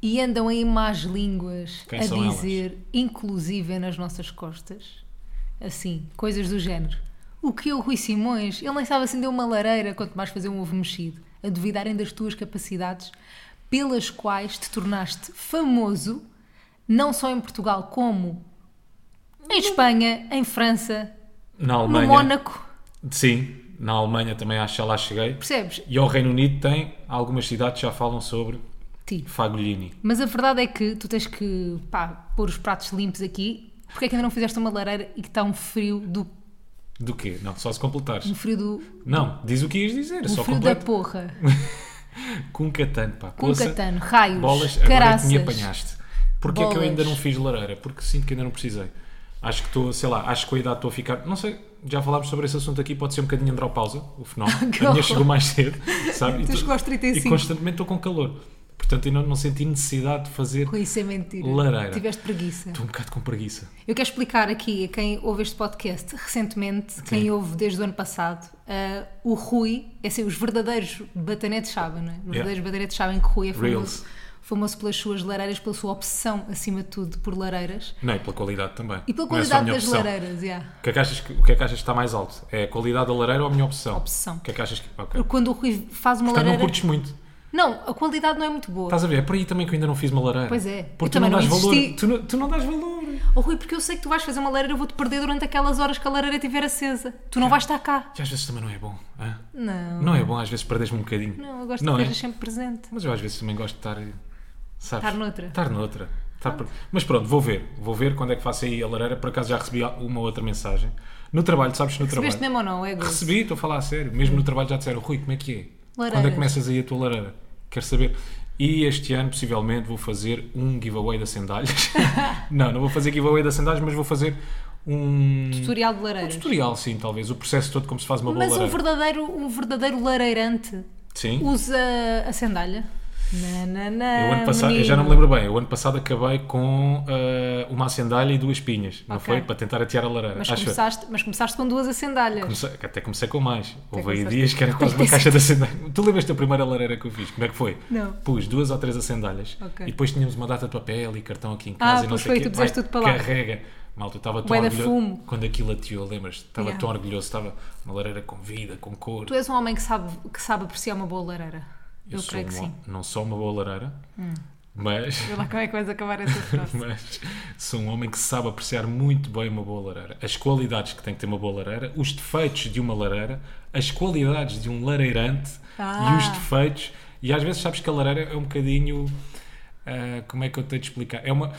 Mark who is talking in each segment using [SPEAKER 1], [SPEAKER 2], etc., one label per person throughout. [SPEAKER 1] e andam aí más línguas
[SPEAKER 2] Quem
[SPEAKER 1] a
[SPEAKER 2] são elas?
[SPEAKER 1] dizer, inclusive nas nossas costas, assim, coisas do género. O que o Rui Simões, ele nem sabe acender uma lareira, quanto mais fazer um ovo mexido, a duvidarem das tuas capacidades pelas quais te tornaste famoso, não só em Portugal, como em Espanha, em França,
[SPEAKER 2] Na
[SPEAKER 1] no
[SPEAKER 2] Alemanha.
[SPEAKER 1] Mónaco.
[SPEAKER 2] Sim, na Alemanha também acho que já lá cheguei.
[SPEAKER 1] Percebes?
[SPEAKER 2] E ao Reino Unido tem algumas cidades que já falam sobre
[SPEAKER 1] Ti.
[SPEAKER 2] Fagolini.
[SPEAKER 1] Mas a verdade é que tu tens que pá, pôr os pratos limpos aqui. Porquê é que ainda não fizeste uma lareira e que está um frio do.
[SPEAKER 2] Do quê? Não, só se completares.
[SPEAKER 1] um frio do.
[SPEAKER 2] Não, diz o que ias dizer,
[SPEAKER 1] um
[SPEAKER 2] É só
[SPEAKER 1] frio da
[SPEAKER 2] completo.
[SPEAKER 1] porra.
[SPEAKER 2] Com catano, pá.
[SPEAKER 1] Com um
[SPEAKER 2] Ouça,
[SPEAKER 1] catano, raios,
[SPEAKER 2] Bolas, agora é que
[SPEAKER 1] caraças.
[SPEAKER 2] me apanhaste. Porquê é que eu
[SPEAKER 1] Bolas.
[SPEAKER 2] ainda não fiz lareira? Porque sinto que ainda não precisei. Acho que estou, sei lá, acho que com a idade estou a ficar. Não sei, já falámos sobre esse assunto aqui, pode ser um bocadinho andropausa, o fenómeno.
[SPEAKER 1] Que
[SPEAKER 2] a minha
[SPEAKER 1] horror.
[SPEAKER 2] chegou mais cedo, sabe? E
[SPEAKER 1] Tu
[SPEAKER 2] tô-
[SPEAKER 1] chegou aos 35.
[SPEAKER 2] E constantemente estou com calor. Portanto, ainda não senti necessidade de fazer.
[SPEAKER 1] Rui, isso é mentira.
[SPEAKER 2] Lareira.
[SPEAKER 1] Tiveste preguiça.
[SPEAKER 2] Estou um bocado com preguiça.
[SPEAKER 1] Eu quero explicar aqui a quem ouve este podcast recentemente, quem ouve desde o ano passado, ah, o Rui, é assim, os verdadeiros batanetes sabem, não é? Os verdadeiros batanetes sabem que Rui é famoso,
[SPEAKER 2] Reals.
[SPEAKER 1] famoso pelas suas lareiras, pela sua obsessão, acima de tudo, por lareiras.
[SPEAKER 2] Não, e pela qualidade também.
[SPEAKER 1] E pela
[SPEAKER 2] Não é só a
[SPEAKER 1] qualidade
[SPEAKER 2] minha
[SPEAKER 1] das
[SPEAKER 2] opção.
[SPEAKER 1] lareiras, yeah.
[SPEAKER 2] O que, é que achas que, o que é que achas que está mais alto? É a qualidade da lareira ou a minha opção?
[SPEAKER 1] Opção.
[SPEAKER 2] O que é que achas que. Ok.
[SPEAKER 1] Porque quando o Rui faz uma
[SPEAKER 2] Portanto, não
[SPEAKER 1] lareira.
[SPEAKER 2] curtes muito.
[SPEAKER 1] Não, a qualidade não é muito boa.
[SPEAKER 2] Estás a ver? É por aí também que eu ainda não fiz uma lareira.
[SPEAKER 1] Pois é. Eu
[SPEAKER 2] Porque tu
[SPEAKER 1] também
[SPEAKER 2] não,
[SPEAKER 1] não
[SPEAKER 2] dás valor.
[SPEAKER 1] insisti.
[SPEAKER 2] Tu não, tu não dás valor.
[SPEAKER 1] Oh Rui, porque eu sei que tu vais fazer uma lareira, eu vou-te perder durante aquelas horas que a lareira estiver acesa. Tu não vais estar cá.
[SPEAKER 2] E às vezes também não é bom. hã?
[SPEAKER 1] Não.
[SPEAKER 2] Não é bom, às vezes perdes-me um bocadinho.
[SPEAKER 1] Não, eu gosto
[SPEAKER 2] Não
[SPEAKER 1] de
[SPEAKER 2] é?
[SPEAKER 1] que estejas sempre presente.
[SPEAKER 2] Mas eu às vezes também gosto de estar. eh, Sabes?
[SPEAKER 1] Estar noutra.
[SPEAKER 2] Estar noutra. Estar por- Mas pronto, vou ver. Vou ver quando é que faço aí a lareira. Por acaso já recebi uma outra mensagem. No trabalho, sabes? No
[SPEAKER 1] Recebeste
[SPEAKER 2] trabalho.
[SPEAKER 1] mesmo ou não? É gozo.
[SPEAKER 2] Recebi, estou a falar a sério. Mesmo no trabalho já disseram, Rui, como é que é?
[SPEAKER 1] Lareiras.
[SPEAKER 2] Quando é que começas aí a tua lareira? Quero saber. E este ano, possivelmente, vou fazer um giveaway das sandálias. não, não vou fazer giveaway das sandálias, mas vou fazer um
[SPEAKER 1] Tutorial de lareiras.
[SPEAKER 2] tutorial, sim, talvez. O processo todo, como se faz uma boa
[SPEAKER 1] Mas um
[SPEAKER 2] lareira.
[SPEAKER 1] verdadeiro, um verdadeiro lareirante
[SPEAKER 2] Sim.
[SPEAKER 1] usa a sandália. Na, na, na,
[SPEAKER 2] Eu, ano passado, eu já não me lembro bem, o ano passado acabei com ah, uma sandália e duas espinhas, não
[SPEAKER 1] Ok.
[SPEAKER 2] foi? Para tentar atear a lareira.
[SPEAKER 1] Mas
[SPEAKER 2] acho eu.
[SPEAKER 1] começaste, mas começaste com duas acendalhas.
[SPEAKER 2] Comecei- até comecei com mais. Houve aí
[SPEAKER 1] começaste-
[SPEAKER 2] dias que era quase uma caixa de acendalhas. Tu lembras da primeira lareira que eu fiz? Como é que foi?
[SPEAKER 1] Não.
[SPEAKER 2] Pus duas ou três acendalhas
[SPEAKER 1] Ok. Ah,
[SPEAKER 2] e depois tínhamos uma data de papel e cartão aqui em casa e não
[SPEAKER 1] pois
[SPEAKER 2] sei
[SPEAKER 1] foi,
[SPEAKER 2] o quê.
[SPEAKER 1] tu puseste
[SPEAKER 2] Vai,
[SPEAKER 1] tudo para lá.
[SPEAKER 2] Carrega. Malta, eu estava tão
[SPEAKER 1] Bué de
[SPEAKER 2] orgulhoso.
[SPEAKER 1] fumo.
[SPEAKER 2] Quando aquilo ateou, lembras? Estava
[SPEAKER 1] Yeah.
[SPEAKER 2] tão orgulhoso. Estava uma lareira com vida, com cor.
[SPEAKER 1] Tu és um homem que sabe, que sabe apreciar uma boa lareira. Eu,
[SPEAKER 2] sou um
[SPEAKER 1] creio que
[SPEAKER 2] uma-
[SPEAKER 1] sim. Hum.
[SPEAKER 2] Não sou uma boa lareira, mas...
[SPEAKER 1] Vê lá como é que vais acabar essa frase.
[SPEAKER 2] mas sou um homem que sabe apreciar muito bem uma boa lareira. As qualidades que tem que ter uma boa lareira, os defeitos de uma lareira, as qualidades de um lareirante
[SPEAKER 1] Ah.
[SPEAKER 2] e os defeitos. E às vezes sabes que a lareira é um bocadinho. ah, como é que eu tenho de explicar? É uma.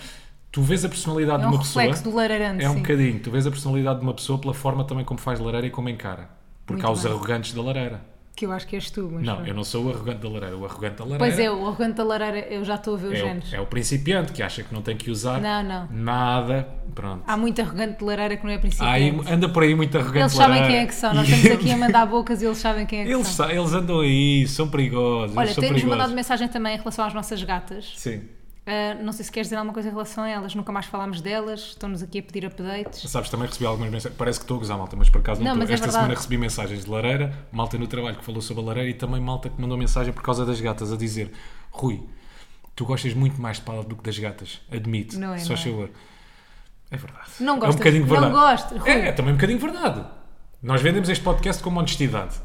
[SPEAKER 2] Tu vês a personalidade
[SPEAKER 1] É um
[SPEAKER 2] de uma pessoa.
[SPEAKER 1] reflexo do lareirante.
[SPEAKER 2] É um
[SPEAKER 1] sim.
[SPEAKER 2] bocadinho. Tu vês a personalidade de uma pessoa pela forma também como faz lareira e como encara. Porque
[SPEAKER 1] Muito
[SPEAKER 2] há os
[SPEAKER 1] bem.
[SPEAKER 2] arrogantes da lareira.
[SPEAKER 1] Que eu acho que és tu, mas.
[SPEAKER 2] Não,
[SPEAKER 1] pronto.
[SPEAKER 2] eu não sou o arrogante da lareira. O arrogante da lareira.
[SPEAKER 1] Pois é, o arrogante da lareira, eu já estou a ver os
[SPEAKER 2] é
[SPEAKER 1] genes.
[SPEAKER 2] o, é o principiante que acha que não tem que usar
[SPEAKER 1] Não, não.
[SPEAKER 2] nada. Pronto.
[SPEAKER 1] Há muito arrogante de lareira que não é
[SPEAKER 2] Há aí-
[SPEAKER 1] principiante.
[SPEAKER 2] anda por aí muito arrogante.
[SPEAKER 1] eles sabem
[SPEAKER 2] lareira.
[SPEAKER 1] quem é que são. Nós
[SPEAKER 2] E
[SPEAKER 1] estamos aqui
[SPEAKER 2] eles-
[SPEAKER 1] a mandar bocas e eles sabem quem é que
[SPEAKER 2] Eles,
[SPEAKER 1] são.
[SPEAKER 2] sa- eles andam aí, são perigosos.
[SPEAKER 1] Olha,
[SPEAKER 2] eles são
[SPEAKER 1] têm-nos
[SPEAKER 2] perigosos.
[SPEAKER 1] mandado mensagem também em relação às nossas gatas.
[SPEAKER 2] Sim.
[SPEAKER 1] Ah, não sei se queres dizer alguma coisa em relação a elas. Nunca mais falámos delas. Estão-nos aqui a pedir updates.
[SPEAKER 2] Sabes, também recebi algumas mensagens. Parece que estou a gozar, malta, mas por acaso
[SPEAKER 1] Não,
[SPEAKER 2] não,
[SPEAKER 1] mas
[SPEAKER 2] estou.
[SPEAKER 1] é
[SPEAKER 2] Esta
[SPEAKER 1] verdade.
[SPEAKER 2] semana recebi mensagens de lareira, malta no trabalho que falou sobre a lareira e também malta que mandou mensagem por causa das gatas a dizer: Rui, tu gostas muito mais de pala do que das gatas. Admito.
[SPEAKER 1] Não é, não
[SPEAKER 2] Só
[SPEAKER 1] é.
[SPEAKER 2] favor. É verdade.
[SPEAKER 1] Não
[SPEAKER 2] É um
[SPEAKER 1] gostas.
[SPEAKER 2] bocadinho
[SPEAKER 1] Não
[SPEAKER 2] verdade.
[SPEAKER 1] gostas, Rui.
[SPEAKER 2] É, é também um bocadinho verdade. Nós vendemos este podcast como honestidade.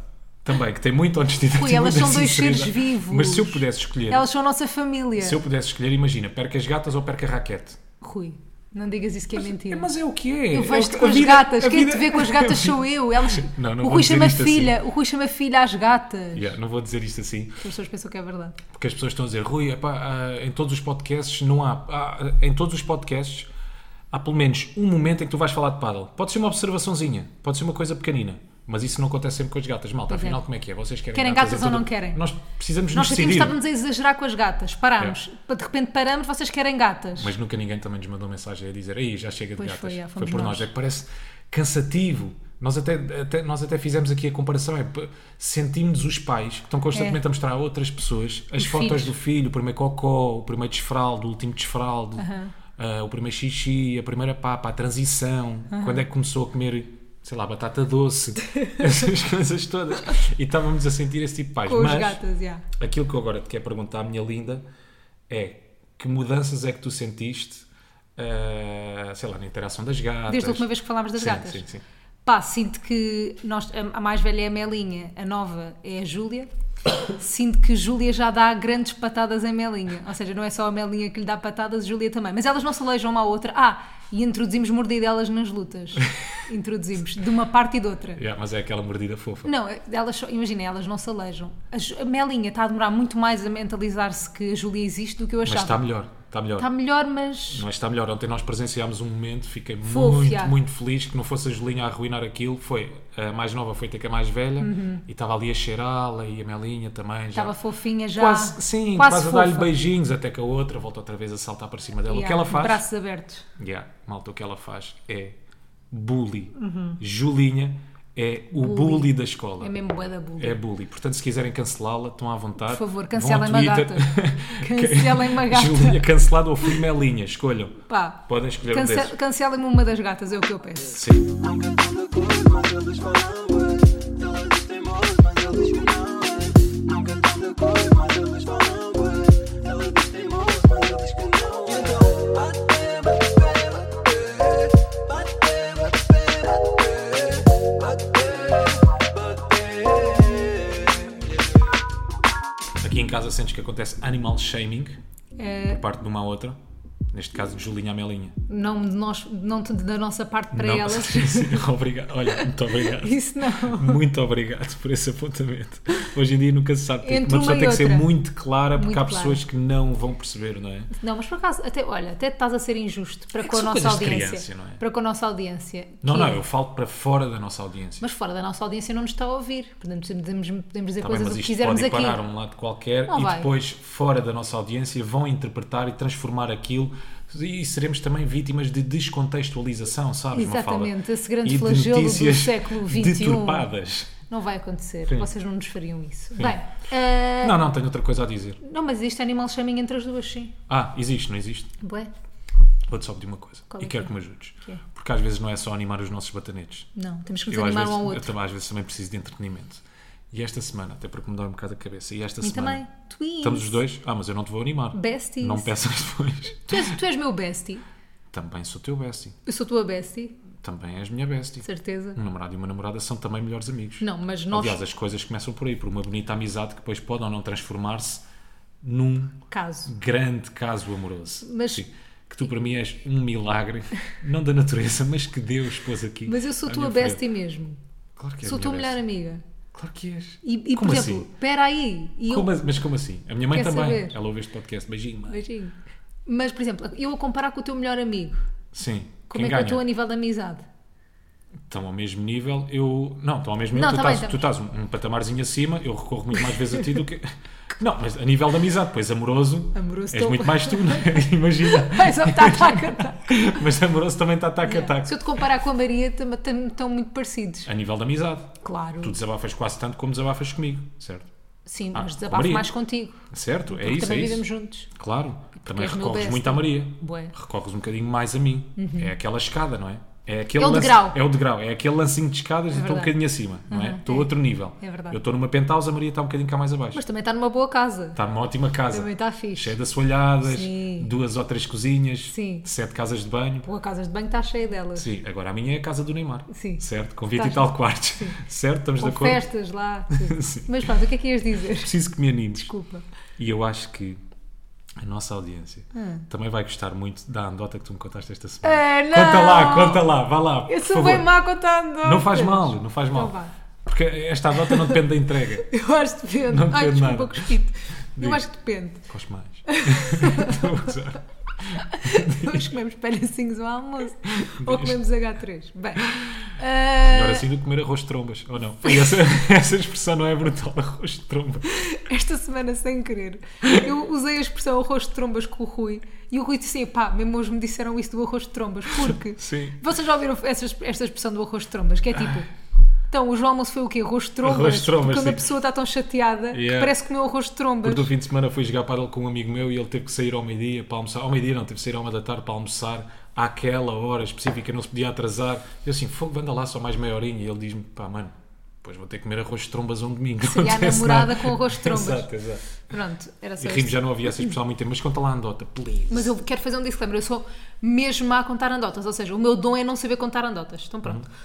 [SPEAKER 2] Também, que tem muita honestidade.
[SPEAKER 1] Rui,
[SPEAKER 2] e
[SPEAKER 1] elas
[SPEAKER 2] muita
[SPEAKER 1] são dois
[SPEAKER 2] sinceridade.
[SPEAKER 1] seres vivos.
[SPEAKER 2] Mas se eu pudesse escolher.
[SPEAKER 1] Elas são a nossa família.
[SPEAKER 2] Se eu pudesse escolher, imagina, perca as gatas ou perca a raquete.
[SPEAKER 1] Rui, não digas isso que é mentira.
[SPEAKER 2] É, Mas é o que é.
[SPEAKER 1] Eu
[SPEAKER 2] é o
[SPEAKER 1] vejo-te
[SPEAKER 2] que-
[SPEAKER 1] com
[SPEAKER 2] a
[SPEAKER 1] as
[SPEAKER 2] vida-
[SPEAKER 1] gatas.
[SPEAKER 2] a
[SPEAKER 1] Quem
[SPEAKER 2] vida-
[SPEAKER 1] te vê com as gatas sou eu. Elas...
[SPEAKER 2] Não,
[SPEAKER 1] o
[SPEAKER 2] não vou
[SPEAKER 1] Rui
[SPEAKER 2] dizer
[SPEAKER 1] chama
[SPEAKER 2] isto assim.
[SPEAKER 1] filha. O Rui chama filha às gatas.
[SPEAKER 2] Yeah, não vou dizer isto assim,
[SPEAKER 1] As pessoas pensam que é verdade.
[SPEAKER 2] porque as pessoas estão a dizer, Rui, epá, ah, em todos os podcasts não há, há- Em todos os podcasts há pelo menos um momento em que tu vais falar de paddle. Pode ser uma observaçãozinha, pode ser uma coisa pequenina, mas isso não acontece sempre com as gatas. Malta,
[SPEAKER 1] Pois é.
[SPEAKER 2] afinal, como é que é? Vocês querem,
[SPEAKER 1] Querem
[SPEAKER 2] gatas,
[SPEAKER 1] gatas
[SPEAKER 2] em
[SPEAKER 1] ou
[SPEAKER 2] todo-
[SPEAKER 1] não querem?
[SPEAKER 2] Nós precisamos
[SPEAKER 1] Nós
[SPEAKER 2] nos
[SPEAKER 1] sentimos
[SPEAKER 2] decidir.
[SPEAKER 1] que estávamos a exagerar com as gatas. Parámos. De repente paramos, vocês querem gatas.
[SPEAKER 2] Mas nunca ninguém também nos mandou mensagem a dizer aí já chega de
[SPEAKER 1] Pois
[SPEAKER 2] gatas.
[SPEAKER 1] foi, é, fomos
[SPEAKER 2] por nós.
[SPEAKER 1] nós.
[SPEAKER 2] É que parece cansativo. Nós até, até- nós até fizemos aqui a comparação. É, p- sentimos os pais que estão constantemente a mostrar a outras pessoas as
[SPEAKER 1] É. Os
[SPEAKER 2] fotos
[SPEAKER 1] filhos.
[SPEAKER 2] do filho, o primeiro cocó, o primeiro desfraldo, o último desfraldo, ah, o primeiro xixi, a primeira papa, a transição, quando é que começou a comer, sei lá, batata doce, essas coisas todas. E estávamos a sentir esse tipo de pais.
[SPEAKER 1] com as
[SPEAKER 2] Mas,
[SPEAKER 1] gatas, já.
[SPEAKER 2] Aquilo que eu agora te quero perguntar, minha linda, é que mudanças é que tu sentiste, eh, sei lá, na interação das gatas?
[SPEAKER 1] Desde a última vez que falámos das
[SPEAKER 2] Sim,
[SPEAKER 1] gatas.
[SPEAKER 2] sim, sim.
[SPEAKER 1] Pá, sinto que nós, a a mais velha é a Melinha, a nova é a Júlia. Sinto que Júlia já dá grandes patadas em Melinha. Ou seja, não é só a Melinha que lhe dá patadas, Júlia também. Mas elas não se alejam uma à outra. Ah, e introduzimos mordidelas nas lutas. Introduzimos, de uma parte e de outra.
[SPEAKER 2] Yeah, mas é aquela mordida fofa.
[SPEAKER 1] Não, elas só, imagina, elas não se alejam. A, Ju- a Melinha está a demorar muito mais a mentalizar-se que a Júlia existe do que eu
[SPEAKER 2] mas está
[SPEAKER 1] achava.
[SPEAKER 2] melhor, está melhor.
[SPEAKER 1] Está melhor, mas.
[SPEAKER 2] Não é, está melhor. Ontem nós presenciámos um momento, fiquei
[SPEAKER 1] Fofo,
[SPEAKER 2] muito,
[SPEAKER 1] já.
[SPEAKER 2] muito feliz que não fosse a Julinha a arruinar aquilo. Foi a mais nova, foi ter com a mais velha e estava ali a cheirá-la e a Melinha também. Já.
[SPEAKER 1] Uhum. Estava fofinha já.
[SPEAKER 2] quase, sim,
[SPEAKER 1] quase
[SPEAKER 2] quase, a dar-lhe
[SPEAKER 1] fofa.
[SPEAKER 2] beijinhos até que a outra volta outra vez a saltar para cima dela. o
[SPEAKER 1] Yeah,
[SPEAKER 2] que ela faz?
[SPEAKER 1] Braços abertos.
[SPEAKER 2] Yeah, malta, o que ela faz é bully. Uhum. Julinha é o bully, da escola.
[SPEAKER 1] É mesmo bué da bula.
[SPEAKER 2] É bully. Portanto, se quiserem cancelá-la, estão à vontade.
[SPEAKER 1] Por favor,
[SPEAKER 2] Vão ao
[SPEAKER 1] cancelem-me a
[SPEAKER 2] Twitter.
[SPEAKER 1] gata. Cancelem-me a gata.
[SPEAKER 2] Julinha cancelada ou fui Melinha, escolham.
[SPEAKER 1] Pá,
[SPEAKER 2] Podem escolher um desses.
[SPEAKER 1] cance- cancelem-me uma das gatas, é o que eu peço.
[SPEAKER 2] Sim.
[SPEAKER 3] Não canto da cor, mas eles falam bué. Elas dizem moço, mas eles que não é. Não canto da cor, mas eles falam bué. Elas dizem moço, mas eles que não é. Então, bate, bate, bate, bate. Bate, bate, bate. Yeah.
[SPEAKER 2] Aqui em casa sentes que acontece animal shaming
[SPEAKER 1] Eh,
[SPEAKER 2] por parte de uma à outra. Neste caso, de Julinha à Melinha.
[SPEAKER 1] não, de nós, não te- da nossa parte para
[SPEAKER 2] Não,
[SPEAKER 1] elas.
[SPEAKER 2] sim, sim, obrigado. Olha, muito obrigado.
[SPEAKER 1] Isso não.
[SPEAKER 2] Muito obrigado por esse apontamento. Hoje em dia nunca se sabe. Tem-
[SPEAKER 1] Entre
[SPEAKER 2] uma pessoa
[SPEAKER 1] uma e
[SPEAKER 2] tem que ser
[SPEAKER 1] outra.
[SPEAKER 2] muito clara porque
[SPEAKER 1] Muito
[SPEAKER 2] há
[SPEAKER 1] clara.
[SPEAKER 2] pessoas que não vão perceber, não é?
[SPEAKER 1] Não, mas por acaso, até, olha, até estás a ser injusto para
[SPEAKER 2] que
[SPEAKER 1] com a
[SPEAKER 2] são
[SPEAKER 1] nossa
[SPEAKER 2] coisas de
[SPEAKER 1] audiência.
[SPEAKER 2] criança, não é?
[SPEAKER 1] Para com a nossa audiência.
[SPEAKER 2] Não,
[SPEAKER 1] que
[SPEAKER 2] não,
[SPEAKER 1] é-
[SPEAKER 2] eu falo para fora da nossa audiência.
[SPEAKER 1] Mas fora da nossa audiência não nos está a ouvir. Portanto, podemos, podemos dizer
[SPEAKER 2] Tá bem,
[SPEAKER 1] coisas
[SPEAKER 2] mas
[SPEAKER 1] o que
[SPEAKER 2] isto
[SPEAKER 1] quisermos
[SPEAKER 2] pode ir
[SPEAKER 1] aqui.
[SPEAKER 2] parar a um lado qualquer
[SPEAKER 1] Não
[SPEAKER 2] e
[SPEAKER 1] vai.
[SPEAKER 2] depois, fora da nossa audiência, vão interpretar e transformar aquilo e seremos também vítimas de descontextualização, sabes, Mafalda?
[SPEAKER 1] Exatamente, esse grande
[SPEAKER 2] e de
[SPEAKER 1] flagelo do
[SPEAKER 2] notícias
[SPEAKER 1] século um. XXI.
[SPEAKER 2] deturpadas.
[SPEAKER 1] Não vai acontecer.
[SPEAKER 2] Sim.
[SPEAKER 1] Vocês não nos fariam isso. Bem, eh,
[SPEAKER 2] Não, não, tenho outra coisa a dizer.
[SPEAKER 1] não. mas existe animal shaming entre as duas, sim.
[SPEAKER 2] Ah, existe, não existe?
[SPEAKER 1] Bué?
[SPEAKER 2] Vou-te só pedir uma coisa.
[SPEAKER 1] Qual
[SPEAKER 2] e
[SPEAKER 1] é que
[SPEAKER 2] quero
[SPEAKER 1] é?
[SPEAKER 2] que me ajudes.
[SPEAKER 1] Que é?
[SPEAKER 2] Porque às vezes não é só animar os nossos batanetes.
[SPEAKER 1] Não, temos que nos
[SPEAKER 2] às
[SPEAKER 1] animar
[SPEAKER 2] vezes,
[SPEAKER 1] um ao
[SPEAKER 2] eu
[SPEAKER 1] outro.
[SPEAKER 2] também, às vezes também preciso de entretenimento. E esta semana, até porque me dá um bocado a cabeça, e esta
[SPEAKER 1] E
[SPEAKER 2] semana
[SPEAKER 1] também, twins.
[SPEAKER 2] estamos os dois. Ah, mas eu não te vou animar.
[SPEAKER 1] Besties.
[SPEAKER 2] Não peças depois.
[SPEAKER 1] Tu és, tu és meu bestie.
[SPEAKER 2] também sou teu bestie.
[SPEAKER 1] Eu sou tua bestie,
[SPEAKER 2] Também és minha bestie.
[SPEAKER 1] de certeza.
[SPEAKER 2] Um namorado e uma namorada são também melhores amigos.
[SPEAKER 1] Não, mas nós,
[SPEAKER 2] Aliás, as coisas começam por aí, por uma bonita amizade que depois pode ou não transformar-se num
[SPEAKER 1] caso.
[SPEAKER 2] grande caso amoroso.
[SPEAKER 1] Mas-
[SPEAKER 2] Sim, que tu para mim és um milagre, não da natureza, mas que Deus pôs aqui.
[SPEAKER 1] Mas eu sou
[SPEAKER 2] à
[SPEAKER 1] tua
[SPEAKER 2] minha frente.
[SPEAKER 1] bestie mesmo.
[SPEAKER 2] Claro que és
[SPEAKER 1] sou tua
[SPEAKER 2] minha
[SPEAKER 1] melhor
[SPEAKER 2] bestie.
[SPEAKER 1] amiga.
[SPEAKER 2] Claro que és.
[SPEAKER 1] E, e,
[SPEAKER 2] Como
[SPEAKER 1] por exemplo,
[SPEAKER 2] assim?
[SPEAKER 1] espera aí. E eu-
[SPEAKER 2] Como a- mas como assim? A minha mãe
[SPEAKER 1] Quer
[SPEAKER 2] também.
[SPEAKER 1] saber? é
[SPEAKER 2] Ela ouve este podcast. Beijinho, mãe.
[SPEAKER 1] Beijinho. Mas, por exemplo, eu a comparar com o teu melhor amigo,
[SPEAKER 2] Sim.
[SPEAKER 1] como
[SPEAKER 2] Quem
[SPEAKER 1] é que eu
[SPEAKER 2] ganha?
[SPEAKER 1] estou a nível de amizade?
[SPEAKER 2] Estão ao mesmo nível, eu. Não, estão ao mesmo nível.
[SPEAKER 1] Não,
[SPEAKER 2] tu,
[SPEAKER 1] tá bem,
[SPEAKER 2] estás,
[SPEAKER 1] tá
[SPEAKER 2] tu estás um um patamarzinho acima, eu recorro muito mais vezes a ti do que. Não, mas a nível de amizade, pois amoroso.
[SPEAKER 1] Amoroso
[SPEAKER 2] és
[SPEAKER 1] tô-
[SPEAKER 2] muito mais tu, não é? Imagina.
[SPEAKER 1] Ai, só me está a atacar.
[SPEAKER 2] Mas amoroso também está tac a tac.
[SPEAKER 1] Se eu te comparar com a Maria, tam- tam- estão muito parecidos.
[SPEAKER 2] A nível de amizade,
[SPEAKER 1] Claro.
[SPEAKER 2] tu desabafas quase tanto como desabafas comigo, certo?
[SPEAKER 1] Sim, mas
[SPEAKER 2] Ah, com a
[SPEAKER 1] desabafo
[SPEAKER 2] Maria.
[SPEAKER 1] mais contigo.
[SPEAKER 2] Certo? É
[SPEAKER 1] porque
[SPEAKER 2] isso, é
[SPEAKER 1] também
[SPEAKER 2] isso.
[SPEAKER 1] vivemos juntos.
[SPEAKER 2] Claro. Também
[SPEAKER 1] és meu
[SPEAKER 2] recorres
[SPEAKER 1] bestie.
[SPEAKER 2] muito à Maria.
[SPEAKER 1] é? Bué. Uhum.
[SPEAKER 2] Recorres um bocadinho mais a mim. É aquela escada, não é? É, aquele
[SPEAKER 1] É o
[SPEAKER 2] lance-
[SPEAKER 1] degrau.
[SPEAKER 2] É o degrau. É aquele lancinho de escadas e estou um
[SPEAKER 1] verdade.
[SPEAKER 2] bocadinho acima, não é?
[SPEAKER 1] Uhum,
[SPEAKER 2] Estou a
[SPEAKER 1] é.
[SPEAKER 2] outro nível.
[SPEAKER 1] É verdade.
[SPEAKER 2] Eu estou numa penthouse, a Maria está um bocadinho cá mais abaixo.
[SPEAKER 1] Mas também está numa boa casa.
[SPEAKER 2] Está numa ótima casa.
[SPEAKER 1] Também está fixe.
[SPEAKER 2] Ah, Cheia de assoalhadas,
[SPEAKER 1] Sim.
[SPEAKER 2] duas ou três cozinhas,
[SPEAKER 1] Sim.
[SPEAKER 2] sete casas de banho.
[SPEAKER 1] Boa casas de banho está cheia delas.
[SPEAKER 2] Sim, agora a minha é a casa do Neymar.
[SPEAKER 1] Sim.
[SPEAKER 2] Certo? Com 20 e
[SPEAKER 1] Estás-
[SPEAKER 2] tal quartos. Certo? Estamos
[SPEAKER 1] Com
[SPEAKER 2] de acordo?
[SPEAKER 1] festas lá. tudo.
[SPEAKER 2] Sim.
[SPEAKER 1] Mas pronto, o que é que ias dizer?
[SPEAKER 2] Preciso que me animes.
[SPEAKER 1] Desculpa.
[SPEAKER 2] E eu acho que a nossa audiência também vai gostar muito da andota que tu me contaste esta semana.
[SPEAKER 1] Ah. É, não!
[SPEAKER 2] Conta lá, conta lá, vá lá.
[SPEAKER 1] Eu
[SPEAKER 2] por
[SPEAKER 1] sou
[SPEAKER 2] favor.
[SPEAKER 1] bem má contando.
[SPEAKER 2] Não faz mal, não faz mal.
[SPEAKER 1] Então vá.
[SPEAKER 2] Porque esta andota não depende da entrega.
[SPEAKER 1] Eu acho que depende.
[SPEAKER 2] Não
[SPEAKER 1] Ai,
[SPEAKER 2] depende
[SPEAKER 1] desculpa, um
[SPEAKER 2] nada.
[SPEAKER 1] cuspito. Eu
[SPEAKER 2] Diz.
[SPEAKER 1] acho que depende.
[SPEAKER 2] Gosto mais. Estou a gozar.
[SPEAKER 1] Nós comemos palhacinhos ao almoço. Ou
[SPEAKER 2] Diz.
[SPEAKER 1] comemos H3. Bem.
[SPEAKER 2] Melhor
[SPEAKER 1] ah,
[SPEAKER 2] assim do que comer arroz de trombas, ou não? E Essa, essa expressão não é brutal, arroz de trombas.
[SPEAKER 1] Esta semana, sem querer, eu usei a expressão arroz de trombas com o Rui e o Rui disse: assim, pá, mesmo hoje me disseram isso do arroz de trombas, porque
[SPEAKER 2] Sim.
[SPEAKER 1] vocês já ouviram essa, exp- esta expressão do arroz de trombas, que é tipo. Então, o João almoço foi o quê? Arroz de trombas?
[SPEAKER 2] Arroz de trombas,
[SPEAKER 1] Porque quando a
[SPEAKER 2] sim.
[SPEAKER 1] pessoa está tão chateada que
[SPEAKER 2] Yeah.
[SPEAKER 1] parece que comeu arroz de trombas.
[SPEAKER 2] Porque no fim de semana fui jogar paddle com um amigo meu e ele teve que sair ao meio-dia para almoçar. Ao meio-dia não, teve que sair à uma da tarde para almoçar àquela hora específica, não se podia atrasar. Eu assim, fogo, anda lá só mais meia horinha. E ele diz-me, pá, mano, Depois vou ter que comer arroz de trombas um domingo.
[SPEAKER 1] Seria a
[SPEAKER 2] Não acontece
[SPEAKER 1] namorada
[SPEAKER 2] nada.
[SPEAKER 1] com arroz de trombas.
[SPEAKER 2] exato, exato.
[SPEAKER 1] Pronto, era só
[SPEAKER 2] E rimo
[SPEAKER 1] isto.
[SPEAKER 2] já não havia essa expressão há muito tempo, mas conta lá a andota, please.
[SPEAKER 1] Mas eu quero fazer um disclaimer, eu sou mesmo má a contar andotas, ou seja, o meu dom é não saber contar andotas. Então pronto.
[SPEAKER 2] Uhum.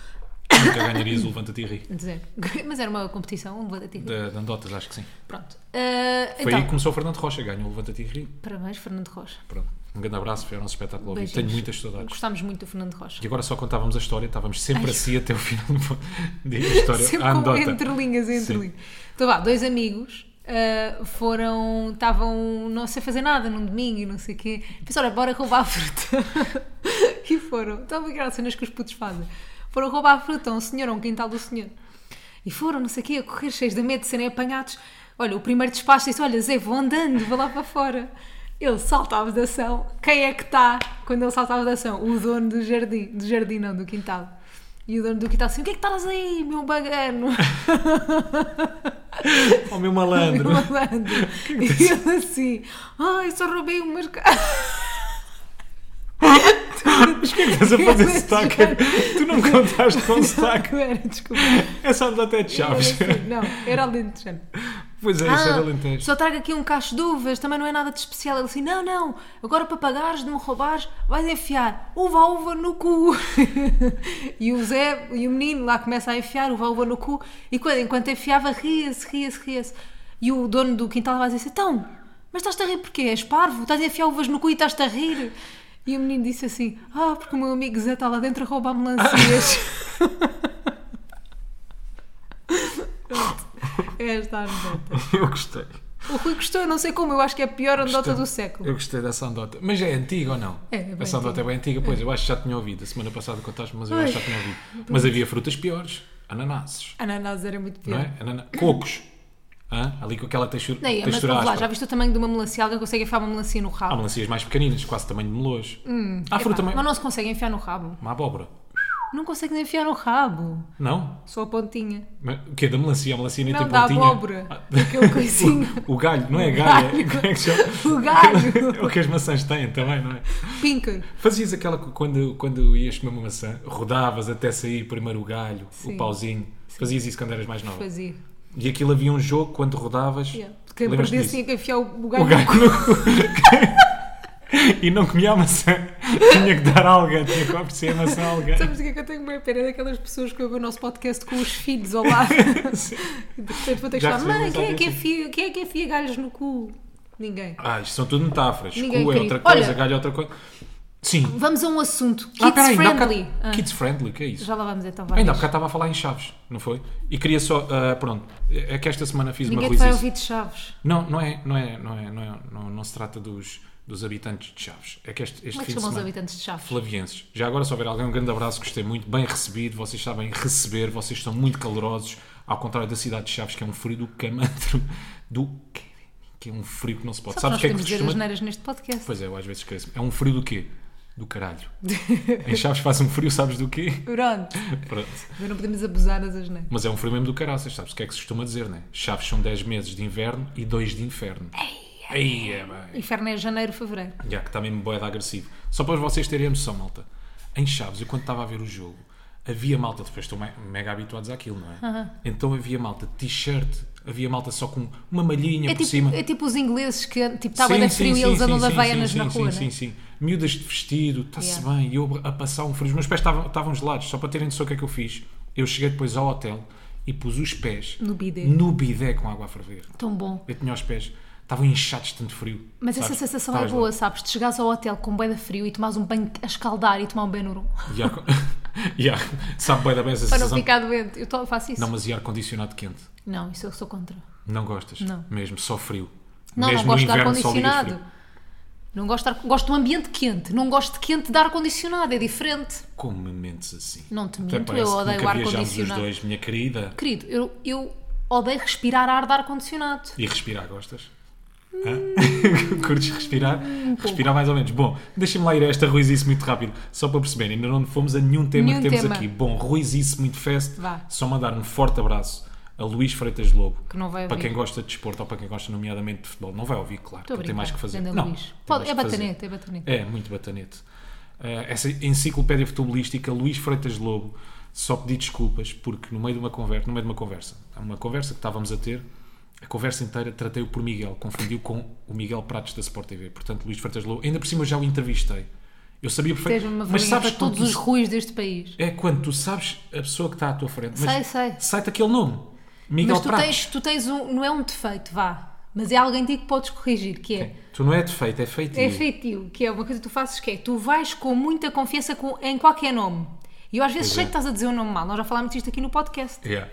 [SPEAKER 2] Nunca ganharias o levanta-te e ri.
[SPEAKER 1] Dizer. Mas era uma competição, um levanta-te e ri.
[SPEAKER 2] Da, da andotas, acho que sim.
[SPEAKER 1] Pronto. Ah,
[SPEAKER 2] Foi aí
[SPEAKER 1] então,
[SPEAKER 2] que um- começou o Fernando Rocha, ganhou o levanta-te e ri.
[SPEAKER 1] parabéns, Fernando Rocha.
[SPEAKER 2] Pronto. Um grande abraço, foi o nosso espetáculo ao vivo.
[SPEAKER 1] Beijinhos.
[SPEAKER 2] Tenho muitas saudades.
[SPEAKER 1] Gostámos muito do Fernando Rocha.
[SPEAKER 2] E agora só contávamos a história, estávamos sempre
[SPEAKER 1] Ai.
[SPEAKER 2] assim até o final da história. a
[SPEAKER 1] Sempre com
[SPEAKER 2] andota.
[SPEAKER 1] entrelinhas, entrelinhas. Então vá, dois amigos ah, foram, estavam não sei fazer nada num domingo e não sei o quê. Pensaram, olha, bora roubar a fruta. e foram. Estão a ver aquelas cenas que os putos fazem. Foram roubar a fruta a um senhor, a um quintal do senhor. E foram, não sei o quê, a correr cheios de medo de serem apanhados. Olha, o primeiro despacho disse, olha Zé, vou andando, vou lá para fora. Ele salta a vedação. Quem é que está quando ele salta a vedação? O dono do jardim. Do jardim, não, do quintal. E o dono do quintal assim, o que é que estás aí, meu bagano?
[SPEAKER 2] Oh, meu
[SPEAKER 1] Meu
[SPEAKER 2] malandro.
[SPEAKER 1] malandro. E ele assim, ai, só roubei um umas... ca-"
[SPEAKER 2] Mas o que é que estás a fazer
[SPEAKER 1] Ele
[SPEAKER 2] sotaque?
[SPEAKER 1] já-
[SPEAKER 2] Tu não contaste com sotaque.
[SPEAKER 1] Era, desculpa.
[SPEAKER 2] Essa andota é de chaves.
[SPEAKER 1] Ele assim, Não, era alentejano.
[SPEAKER 2] Pois é, isso é de
[SPEAKER 1] Ah,
[SPEAKER 2] Alentejo.
[SPEAKER 1] só trago aqui um cacho de uvas, também não é nada de especial. Ele assim, não, não, agora para pagares, de me roubares, vais enfiar uva a uva no cu. e o Zé, e o menino lá começa a enfiar uva a uva no cu, e quando, enquanto enfiava, ria-se, ria-se, ria-se. E o dono do quintal vai dizer assim, então, mas estás-te a rir porquê? És parvo? Estás a enfiar uvas no cu e estás-te a rir? E o menino disse assim, ah, porque o meu amigo Zé está lá dentro a roubar melancias. Pronto, esta anedota.
[SPEAKER 2] Eu gostei.
[SPEAKER 1] O Rui gostou, eu não sei como, eu acho que é a pior andota
[SPEAKER 2] Gostei.
[SPEAKER 1] do século.
[SPEAKER 2] Eu gostei dessa andota. Mas é antiga ou não?
[SPEAKER 1] É, é bem
[SPEAKER 2] Essa andota
[SPEAKER 1] antiga.
[SPEAKER 2] é bem antiga, pois eu acho que já tinha ouvido. A semana passada contaste mas eu acho que já tinha ouvido. Mas havia frutas piores. Ananases.
[SPEAKER 1] Ananás era muito pior.
[SPEAKER 2] Não é? Anana... Cocos. Hã? Ali com aquela textura.
[SPEAKER 1] Não, é, mas
[SPEAKER 2] textura
[SPEAKER 1] vamos lá,
[SPEAKER 2] áspera.
[SPEAKER 1] já viste o tamanho de uma melancia? Alguém consegue enfiar uma melancia no
[SPEAKER 2] Há
[SPEAKER 1] rabo?
[SPEAKER 2] melancias mais pequeninas, quase tamanho de melões. Há
[SPEAKER 1] Hum, Epá,
[SPEAKER 2] fruta também.
[SPEAKER 1] Mas não se consegue enfiar no rabo.
[SPEAKER 2] Uma abóbora.
[SPEAKER 1] Não consegues enfiar no rabo.
[SPEAKER 2] Não?
[SPEAKER 1] Só a pontinha.
[SPEAKER 2] Mas O quê? Da melancia? A melancia nem
[SPEAKER 1] Não,
[SPEAKER 2] tem
[SPEAKER 1] da
[SPEAKER 2] pontinha.
[SPEAKER 1] abóbora.
[SPEAKER 2] Ah,
[SPEAKER 1] Aquele coisinho.
[SPEAKER 2] o galho, não é galho. é-
[SPEAKER 1] galho.
[SPEAKER 2] Como é que se chama?
[SPEAKER 1] o galho.
[SPEAKER 2] É o que as maçãs têm também, não é?
[SPEAKER 1] Pinca.
[SPEAKER 2] Fazias aquela que quando, quando ias comer uma maçã, rodavas até sair primeiro o galho,
[SPEAKER 1] Sim.
[SPEAKER 2] o pauzinho. Fazias isso quando eras mais nova.
[SPEAKER 1] Fazia.
[SPEAKER 2] E aquilo havia um jogo quando rodavas.
[SPEAKER 1] Yeah. Quem
[SPEAKER 2] lembras-te
[SPEAKER 1] perdesse
[SPEAKER 2] disso?
[SPEAKER 1] tinha que enfiar o, o galho.
[SPEAKER 2] O galho no- e não comia a maçã. Tinha que dar a alguém, tinha que oferecer a maçã a alguém.
[SPEAKER 1] Sabes o que é que eu tenho bem pena? É daquelas pessoas que ouvem o nosso podcast com os filhos ao lado. E de repente vou ter que
[SPEAKER 2] Já
[SPEAKER 1] falar,
[SPEAKER 2] recebi
[SPEAKER 1] mãe, quem é que,
[SPEAKER 2] mensagem assim.
[SPEAKER 1] enfia, quem é que enfia galhos no cu? Ninguém.
[SPEAKER 2] Ah, isto são tudo metáforas.
[SPEAKER 1] Ninguém
[SPEAKER 2] Cu é
[SPEAKER 1] queria.
[SPEAKER 2] outra coisa,
[SPEAKER 1] Olha-
[SPEAKER 2] galho é outra coisa. Sim.
[SPEAKER 1] Vamos a um assunto. Kids
[SPEAKER 2] Ah, peraí, ainda há
[SPEAKER 1] friendly.
[SPEAKER 2] bocado-
[SPEAKER 1] Ah,
[SPEAKER 2] Kids friendly, o que é isso?
[SPEAKER 1] Já lá vamos então, vai.
[SPEAKER 2] Ainda há bocado estava a falar em chaves, não foi? E queria só. ah, pronto, é que esta semana fiz
[SPEAKER 1] Ninguém te
[SPEAKER 2] uma
[SPEAKER 1] vai
[SPEAKER 2] ruizice.
[SPEAKER 1] ouvir de chaves.
[SPEAKER 2] Não, não é, não é, não é, não é, não, não se trata dos, dos habitantes de Chaves. É que este, este
[SPEAKER 1] Como é que
[SPEAKER 2] fim de
[SPEAKER 1] chamam os
[SPEAKER 2] semana.
[SPEAKER 1] habitantes de chaves?
[SPEAKER 2] Flavienses. Já agora, se houver alguém, um grande abraço, gostei muito, bem recebido, vocês sabem receber, vocês são muito calorosos, ao contrário da cidade de Chaves, que é um frio do camantro, do quê? que é um frio que não se pode.
[SPEAKER 1] Só que nós
[SPEAKER 2] Sabes o que é que
[SPEAKER 1] temos de dizer as
[SPEAKER 2] costuma-
[SPEAKER 1] neiras neste podcast.
[SPEAKER 2] Pois é, eu às vezes esqueço. É um frio do quê? Do caralho. em Chaves faz um frio, sabes do quê?
[SPEAKER 1] Pronto.
[SPEAKER 2] Pronto.
[SPEAKER 1] Mas não podemos abusar das asneiras.
[SPEAKER 2] Mas é um frio mesmo do caraças, sabes o que é que se costuma dizer, né? Chaves são 10 meses de inverno e 2 de inferno. Aí é bem.
[SPEAKER 1] Inferno é janeiro, fevereiro.
[SPEAKER 2] Já que está mesmo boeda agressivo. Só para vocês terem a noção, malta. Em Chaves, eu quando estava a ver o jogo, havia malta, depois estou me- mega habituados àquilo, não é? Então havia malta de t-shirt, havia malta só com uma malhinha
[SPEAKER 1] É
[SPEAKER 2] por
[SPEAKER 1] tipo,
[SPEAKER 2] cima.
[SPEAKER 1] é tipo os ingleses que tipo, estava
[SPEAKER 2] Sim,
[SPEAKER 1] a
[SPEAKER 2] sim,
[SPEAKER 1] frio e
[SPEAKER 2] sim,
[SPEAKER 1] eles
[SPEAKER 2] sim,
[SPEAKER 1] andam de
[SPEAKER 2] sim,
[SPEAKER 1] havaianas
[SPEAKER 2] sim,
[SPEAKER 1] na
[SPEAKER 2] sim,
[SPEAKER 1] rua.
[SPEAKER 2] Sim,
[SPEAKER 1] né?
[SPEAKER 2] sim, sim. Miúdas de vestido, está-se
[SPEAKER 1] Yeah.
[SPEAKER 2] bem. E eu a passar um frio. Os meus pés estavam, estavam gelados, só para terem noção o que é que eu fiz. Eu cheguei depois ao hotel e pus os pés
[SPEAKER 1] No bidé.
[SPEAKER 2] no bidé com água a ferver.
[SPEAKER 1] Tão bom.
[SPEAKER 2] Eu tinha os pés, estavam inchados de tanto frio.
[SPEAKER 1] Mas
[SPEAKER 2] sabes?
[SPEAKER 1] essa sensação é
[SPEAKER 2] Estavas
[SPEAKER 1] boa, sabes? De chegares ao hotel com boeda frio e tomares um banho a escaldar e tomar um Benurum.
[SPEAKER 2] lá. E ar- e ar- Sabe bem da bem essa
[SPEAKER 1] Para não
[SPEAKER 2] sensação.
[SPEAKER 1] ficar doente. Eu to- faço isso.
[SPEAKER 2] Não,
[SPEAKER 1] Não,
[SPEAKER 2] mas e ar-condicionado quente?
[SPEAKER 1] isso eu sou contra.
[SPEAKER 2] Não gostas?
[SPEAKER 1] Não.
[SPEAKER 2] Mesmo, só frio.
[SPEAKER 1] Não,
[SPEAKER 2] Mesmo
[SPEAKER 1] não
[SPEAKER 2] no
[SPEAKER 1] gosto de
[SPEAKER 2] inverno só ligas
[SPEAKER 1] ar-condicionado.
[SPEAKER 2] frio.
[SPEAKER 1] Não gosto de ar... Gosto de um ambiente quente. Não gosto de quente de ar-condicionado. É diferente.
[SPEAKER 2] Como me mentes assim?
[SPEAKER 1] Não te
[SPEAKER 2] Até
[SPEAKER 1] minto,
[SPEAKER 2] parece
[SPEAKER 1] eu
[SPEAKER 2] que
[SPEAKER 1] odeio
[SPEAKER 2] nunca
[SPEAKER 1] o
[SPEAKER 2] viajámos
[SPEAKER 1] ar-condicionado.
[SPEAKER 2] os dois, minha querida.
[SPEAKER 1] Querido, eu, eu odeio respirar ar de ar-condicionado.
[SPEAKER 2] E respirar, gostas?
[SPEAKER 1] Hum.
[SPEAKER 2] Hã? Curtes respirar?
[SPEAKER 1] Um
[SPEAKER 2] respirar mais ou menos. Bom, deixem-me lá ir a esta ruizice muito rápido, só para perceberem, ainda não fomos a nenhum tema
[SPEAKER 1] Nenhum
[SPEAKER 2] que temos
[SPEAKER 1] tema.
[SPEAKER 2] aqui. Bom, ruizice muito fest,
[SPEAKER 1] Vá.
[SPEAKER 2] só mandar um forte abraço a Luís Freitas Lobo.
[SPEAKER 1] Que não vai
[SPEAKER 2] Para
[SPEAKER 1] ouvir.
[SPEAKER 2] quem gosta de desporto ou para quem gosta nomeadamente de futebol, não vai ouvir, claro,
[SPEAKER 1] Estou a
[SPEAKER 2] porque tem
[SPEAKER 1] brincar.
[SPEAKER 2] mais que fazer.
[SPEAKER 1] Ganda
[SPEAKER 2] Não,
[SPEAKER 1] Luís.
[SPEAKER 2] tem
[SPEAKER 1] Pode-
[SPEAKER 2] mais
[SPEAKER 1] é
[SPEAKER 2] que fazer.
[SPEAKER 1] batanete, é batanete.
[SPEAKER 2] É, muito batanete. Eh, essa enciclopédia futebolística, Luís Freitas Lobo, só pedi desculpas porque no meio de uma conversa, no meio de uma conversa, uma conversa que estávamos a ter, a conversa inteira tratei-o por Miguel, confundiu com o Miguel Pratos da Sport TV. Portanto, Luís Freitas Lobo, ainda por cima eu já o entrevistei. Eu sabia
[SPEAKER 1] Tens-me a
[SPEAKER 2] perfeitamente. Mas sabes quando
[SPEAKER 1] todos
[SPEAKER 2] tu
[SPEAKER 1] os ruins deste país.
[SPEAKER 2] é quando tu sabes a pessoa que está à tua frente. Mas
[SPEAKER 1] Sei, sei.
[SPEAKER 2] Sai-te aquele nome. Miguel
[SPEAKER 1] mas tu
[SPEAKER 2] Pratos.
[SPEAKER 1] tens, tu tens um. Não é um defeito, vá. Mas é alguém de ti que podes corrigir, que é.
[SPEAKER 2] Tu não é defeito, é feitio.
[SPEAKER 1] É feitio, que é uma coisa que tu fazes que é tu vais com muita confiança com- em qualquer nome. E eu às vezes
[SPEAKER 2] Pois
[SPEAKER 1] sei
[SPEAKER 2] é.
[SPEAKER 1] que estás a dizer um nome mal. Nós já falámos disto aqui no podcast.
[SPEAKER 2] Yeah.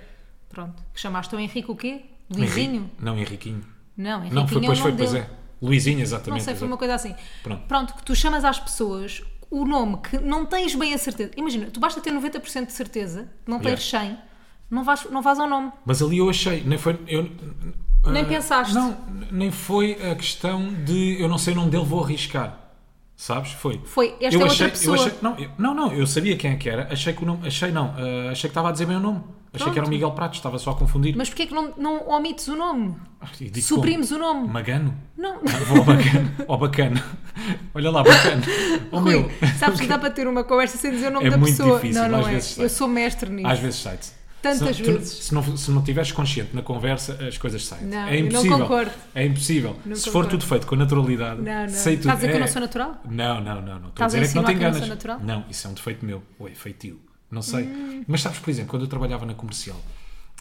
[SPEAKER 1] Pronto. Que chamaste o Henrique o quê?
[SPEAKER 2] Henrique-
[SPEAKER 1] Luizinho?
[SPEAKER 2] Não, Henriquinho.
[SPEAKER 1] Não, Henrique
[SPEAKER 2] Não, foi,
[SPEAKER 1] é o
[SPEAKER 2] pois foi,
[SPEAKER 1] nome
[SPEAKER 2] pois
[SPEAKER 1] dele.
[SPEAKER 2] é. Luizinho,
[SPEAKER 1] Não
[SPEAKER 2] exatamente.
[SPEAKER 1] sei, foi
[SPEAKER 2] exato.
[SPEAKER 1] uma coisa assim.
[SPEAKER 2] Pronto.
[SPEAKER 1] que tu chamas às pessoas o nome que não tens bem a certeza. Imagina, tu basta ter 90% de certeza, não tens 100, não vais, não vais ao nome.
[SPEAKER 2] Mas ali eu achei, nem foi. Eu,
[SPEAKER 1] Nem
[SPEAKER 2] ah,
[SPEAKER 1] pensaste.
[SPEAKER 2] Não, nem foi a questão de eu não sei o nome dele, vou arriscar. Sabes? Foi.
[SPEAKER 1] Foi, esta
[SPEAKER 2] eu
[SPEAKER 1] é outra
[SPEAKER 2] achei,
[SPEAKER 1] pessoa.
[SPEAKER 2] Eu achei, não, eu- não, não, eu sabia quem é que era, achei que o nome. Achei não, ah, achei que estava a dizer bem o nome. Achei que era o
[SPEAKER 1] Pronto.
[SPEAKER 2] Miguel Pratos, estava só a confundir.
[SPEAKER 1] Mas porquê é que não, não omites o nome?
[SPEAKER 2] Ah, e digo
[SPEAKER 1] Suprimos o
[SPEAKER 2] como?
[SPEAKER 1] nome.
[SPEAKER 2] Magano?
[SPEAKER 1] Não.
[SPEAKER 2] Ah, Vou ao bacana. Ao bacana. Olha lá, bacana. Ao
[SPEAKER 1] Rui,
[SPEAKER 2] meu.
[SPEAKER 1] sabes que dá para ter uma conversa sem dizer o nome
[SPEAKER 2] É
[SPEAKER 1] da
[SPEAKER 2] muito
[SPEAKER 1] pessoa?
[SPEAKER 2] difícil,
[SPEAKER 1] não, não
[SPEAKER 2] às
[SPEAKER 1] é.
[SPEAKER 2] vezes sai.
[SPEAKER 1] Eu sou mestre nisso.
[SPEAKER 2] Às vezes sai-te.
[SPEAKER 1] Tantas
[SPEAKER 2] se não, tu-
[SPEAKER 1] vezes.
[SPEAKER 2] se, não, se não tiveres consciente na conversa, as coisas saem.
[SPEAKER 1] Não,
[SPEAKER 2] é
[SPEAKER 1] eu não
[SPEAKER 2] impossível.
[SPEAKER 1] concordo.
[SPEAKER 2] É impossível.
[SPEAKER 1] Não
[SPEAKER 2] se for
[SPEAKER 1] concordo.
[SPEAKER 2] tudo feito com naturalidade,
[SPEAKER 1] Não, não.
[SPEAKER 2] sei tudo.
[SPEAKER 1] Estás a dizer que eu não
[SPEAKER 2] É-
[SPEAKER 1] sou natural?
[SPEAKER 2] Não, não, não. não. Estou a
[SPEAKER 1] Estás a
[SPEAKER 2] dizer é que
[SPEAKER 1] insinuar que eu
[SPEAKER 2] não te
[SPEAKER 1] não sou
[SPEAKER 2] enganas.
[SPEAKER 1] natural? Hum.
[SPEAKER 2] Não, isso é um defeito meu. Ou é feitio. Não sei. Mas sabes, por exemplo, quando eu trabalhava na comercial,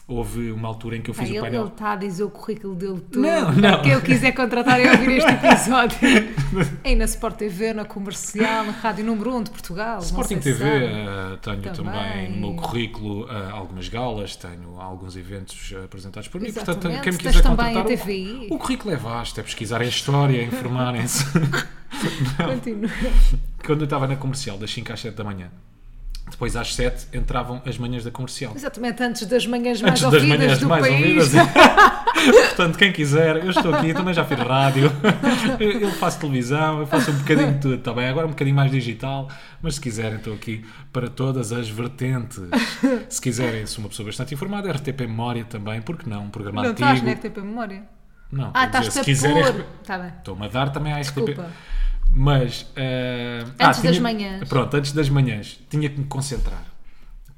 [SPEAKER 2] houve uma altura em que eu
[SPEAKER 1] Ah,
[SPEAKER 2] fiz
[SPEAKER 1] ele,
[SPEAKER 2] o
[SPEAKER 1] ele
[SPEAKER 2] painel.
[SPEAKER 1] está a dizer o currículo dele tudo.
[SPEAKER 2] Não, não.
[SPEAKER 1] Quem eu quiser contratar é ouvir este episódio. Aí na Sport TV, na comercial, na Rádio Número 1 de Portugal. não
[SPEAKER 2] Sporting
[SPEAKER 1] sei se
[SPEAKER 2] TV,
[SPEAKER 1] sabe.
[SPEAKER 2] eh, tenho também.
[SPEAKER 1] Também.
[SPEAKER 2] no meu currículo eh, algumas galas, tenho alguns eventos eh, apresentados por mim.
[SPEAKER 1] Exatamente.
[SPEAKER 2] Portanto, quem me
[SPEAKER 1] Tens
[SPEAKER 2] quiser
[SPEAKER 1] também
[SPEAKER 2] contratar,
[SPEAKER 1] a
[SPEAKER 2] o-
[SPEAKER 1] TVI.
[SPEAKER 2] o, currículo é vasto, é pesquisar a história, informarem-se.
[SPEAKER 1] Continua.
[SPEAKER 2] Quando eu estava na comercial, das 5 às 7 da manhã, depois às 7 entravam as manhãs da comercial.
[SPEAKER 1] Exatamente, antes das manhãs mais
[SPEAKER 2] Antes das
[SPEAKER 1] ouvidas
[SPEAKER 2] manhãs
[SPEAKER 1] do
[SPEAKER 2] mais
[SPEAKER 1] país.
[SPEAKER 2] ouvidas. Portanto, quem quiser, eu estou aqui, também já fiz rádio, eu eu faço televisão, eu faço um bocadinho de tudo, está bem? Agora um bocadinho mais digital, mas se quiserem, estou aqui para todas as vertentes. Se quiserem, sou uma pessoa bastante informada, RTP Memória também, porque não? Um programa
[SPEAKER 1] Não
[SPEAKER 2] antigo.
[SPEAKER 1] estás né, na RTP Memória?
[SPEAKER 2] Não,
[SPEAKER 1] Ah,
[SPEAKER 2] quer dizer,
[SPEAKER 1] estás-te a
[SPEAKER 2] quiserem,
[SPEAKER 1] pôr. Está bem.
[SPEAKER 2] Estou-me a dar também à RTP.
[SPEAKER 1] Desculpa.
[SPEAKER 2] Mas. eh,
[SPEAKER 1] Antes das
[SPEAKER 2] tinha-
[SPEAKER 1] manhãs.
[SPEAKER 2] Pronto, antes das manhãs, tinha que me concentrar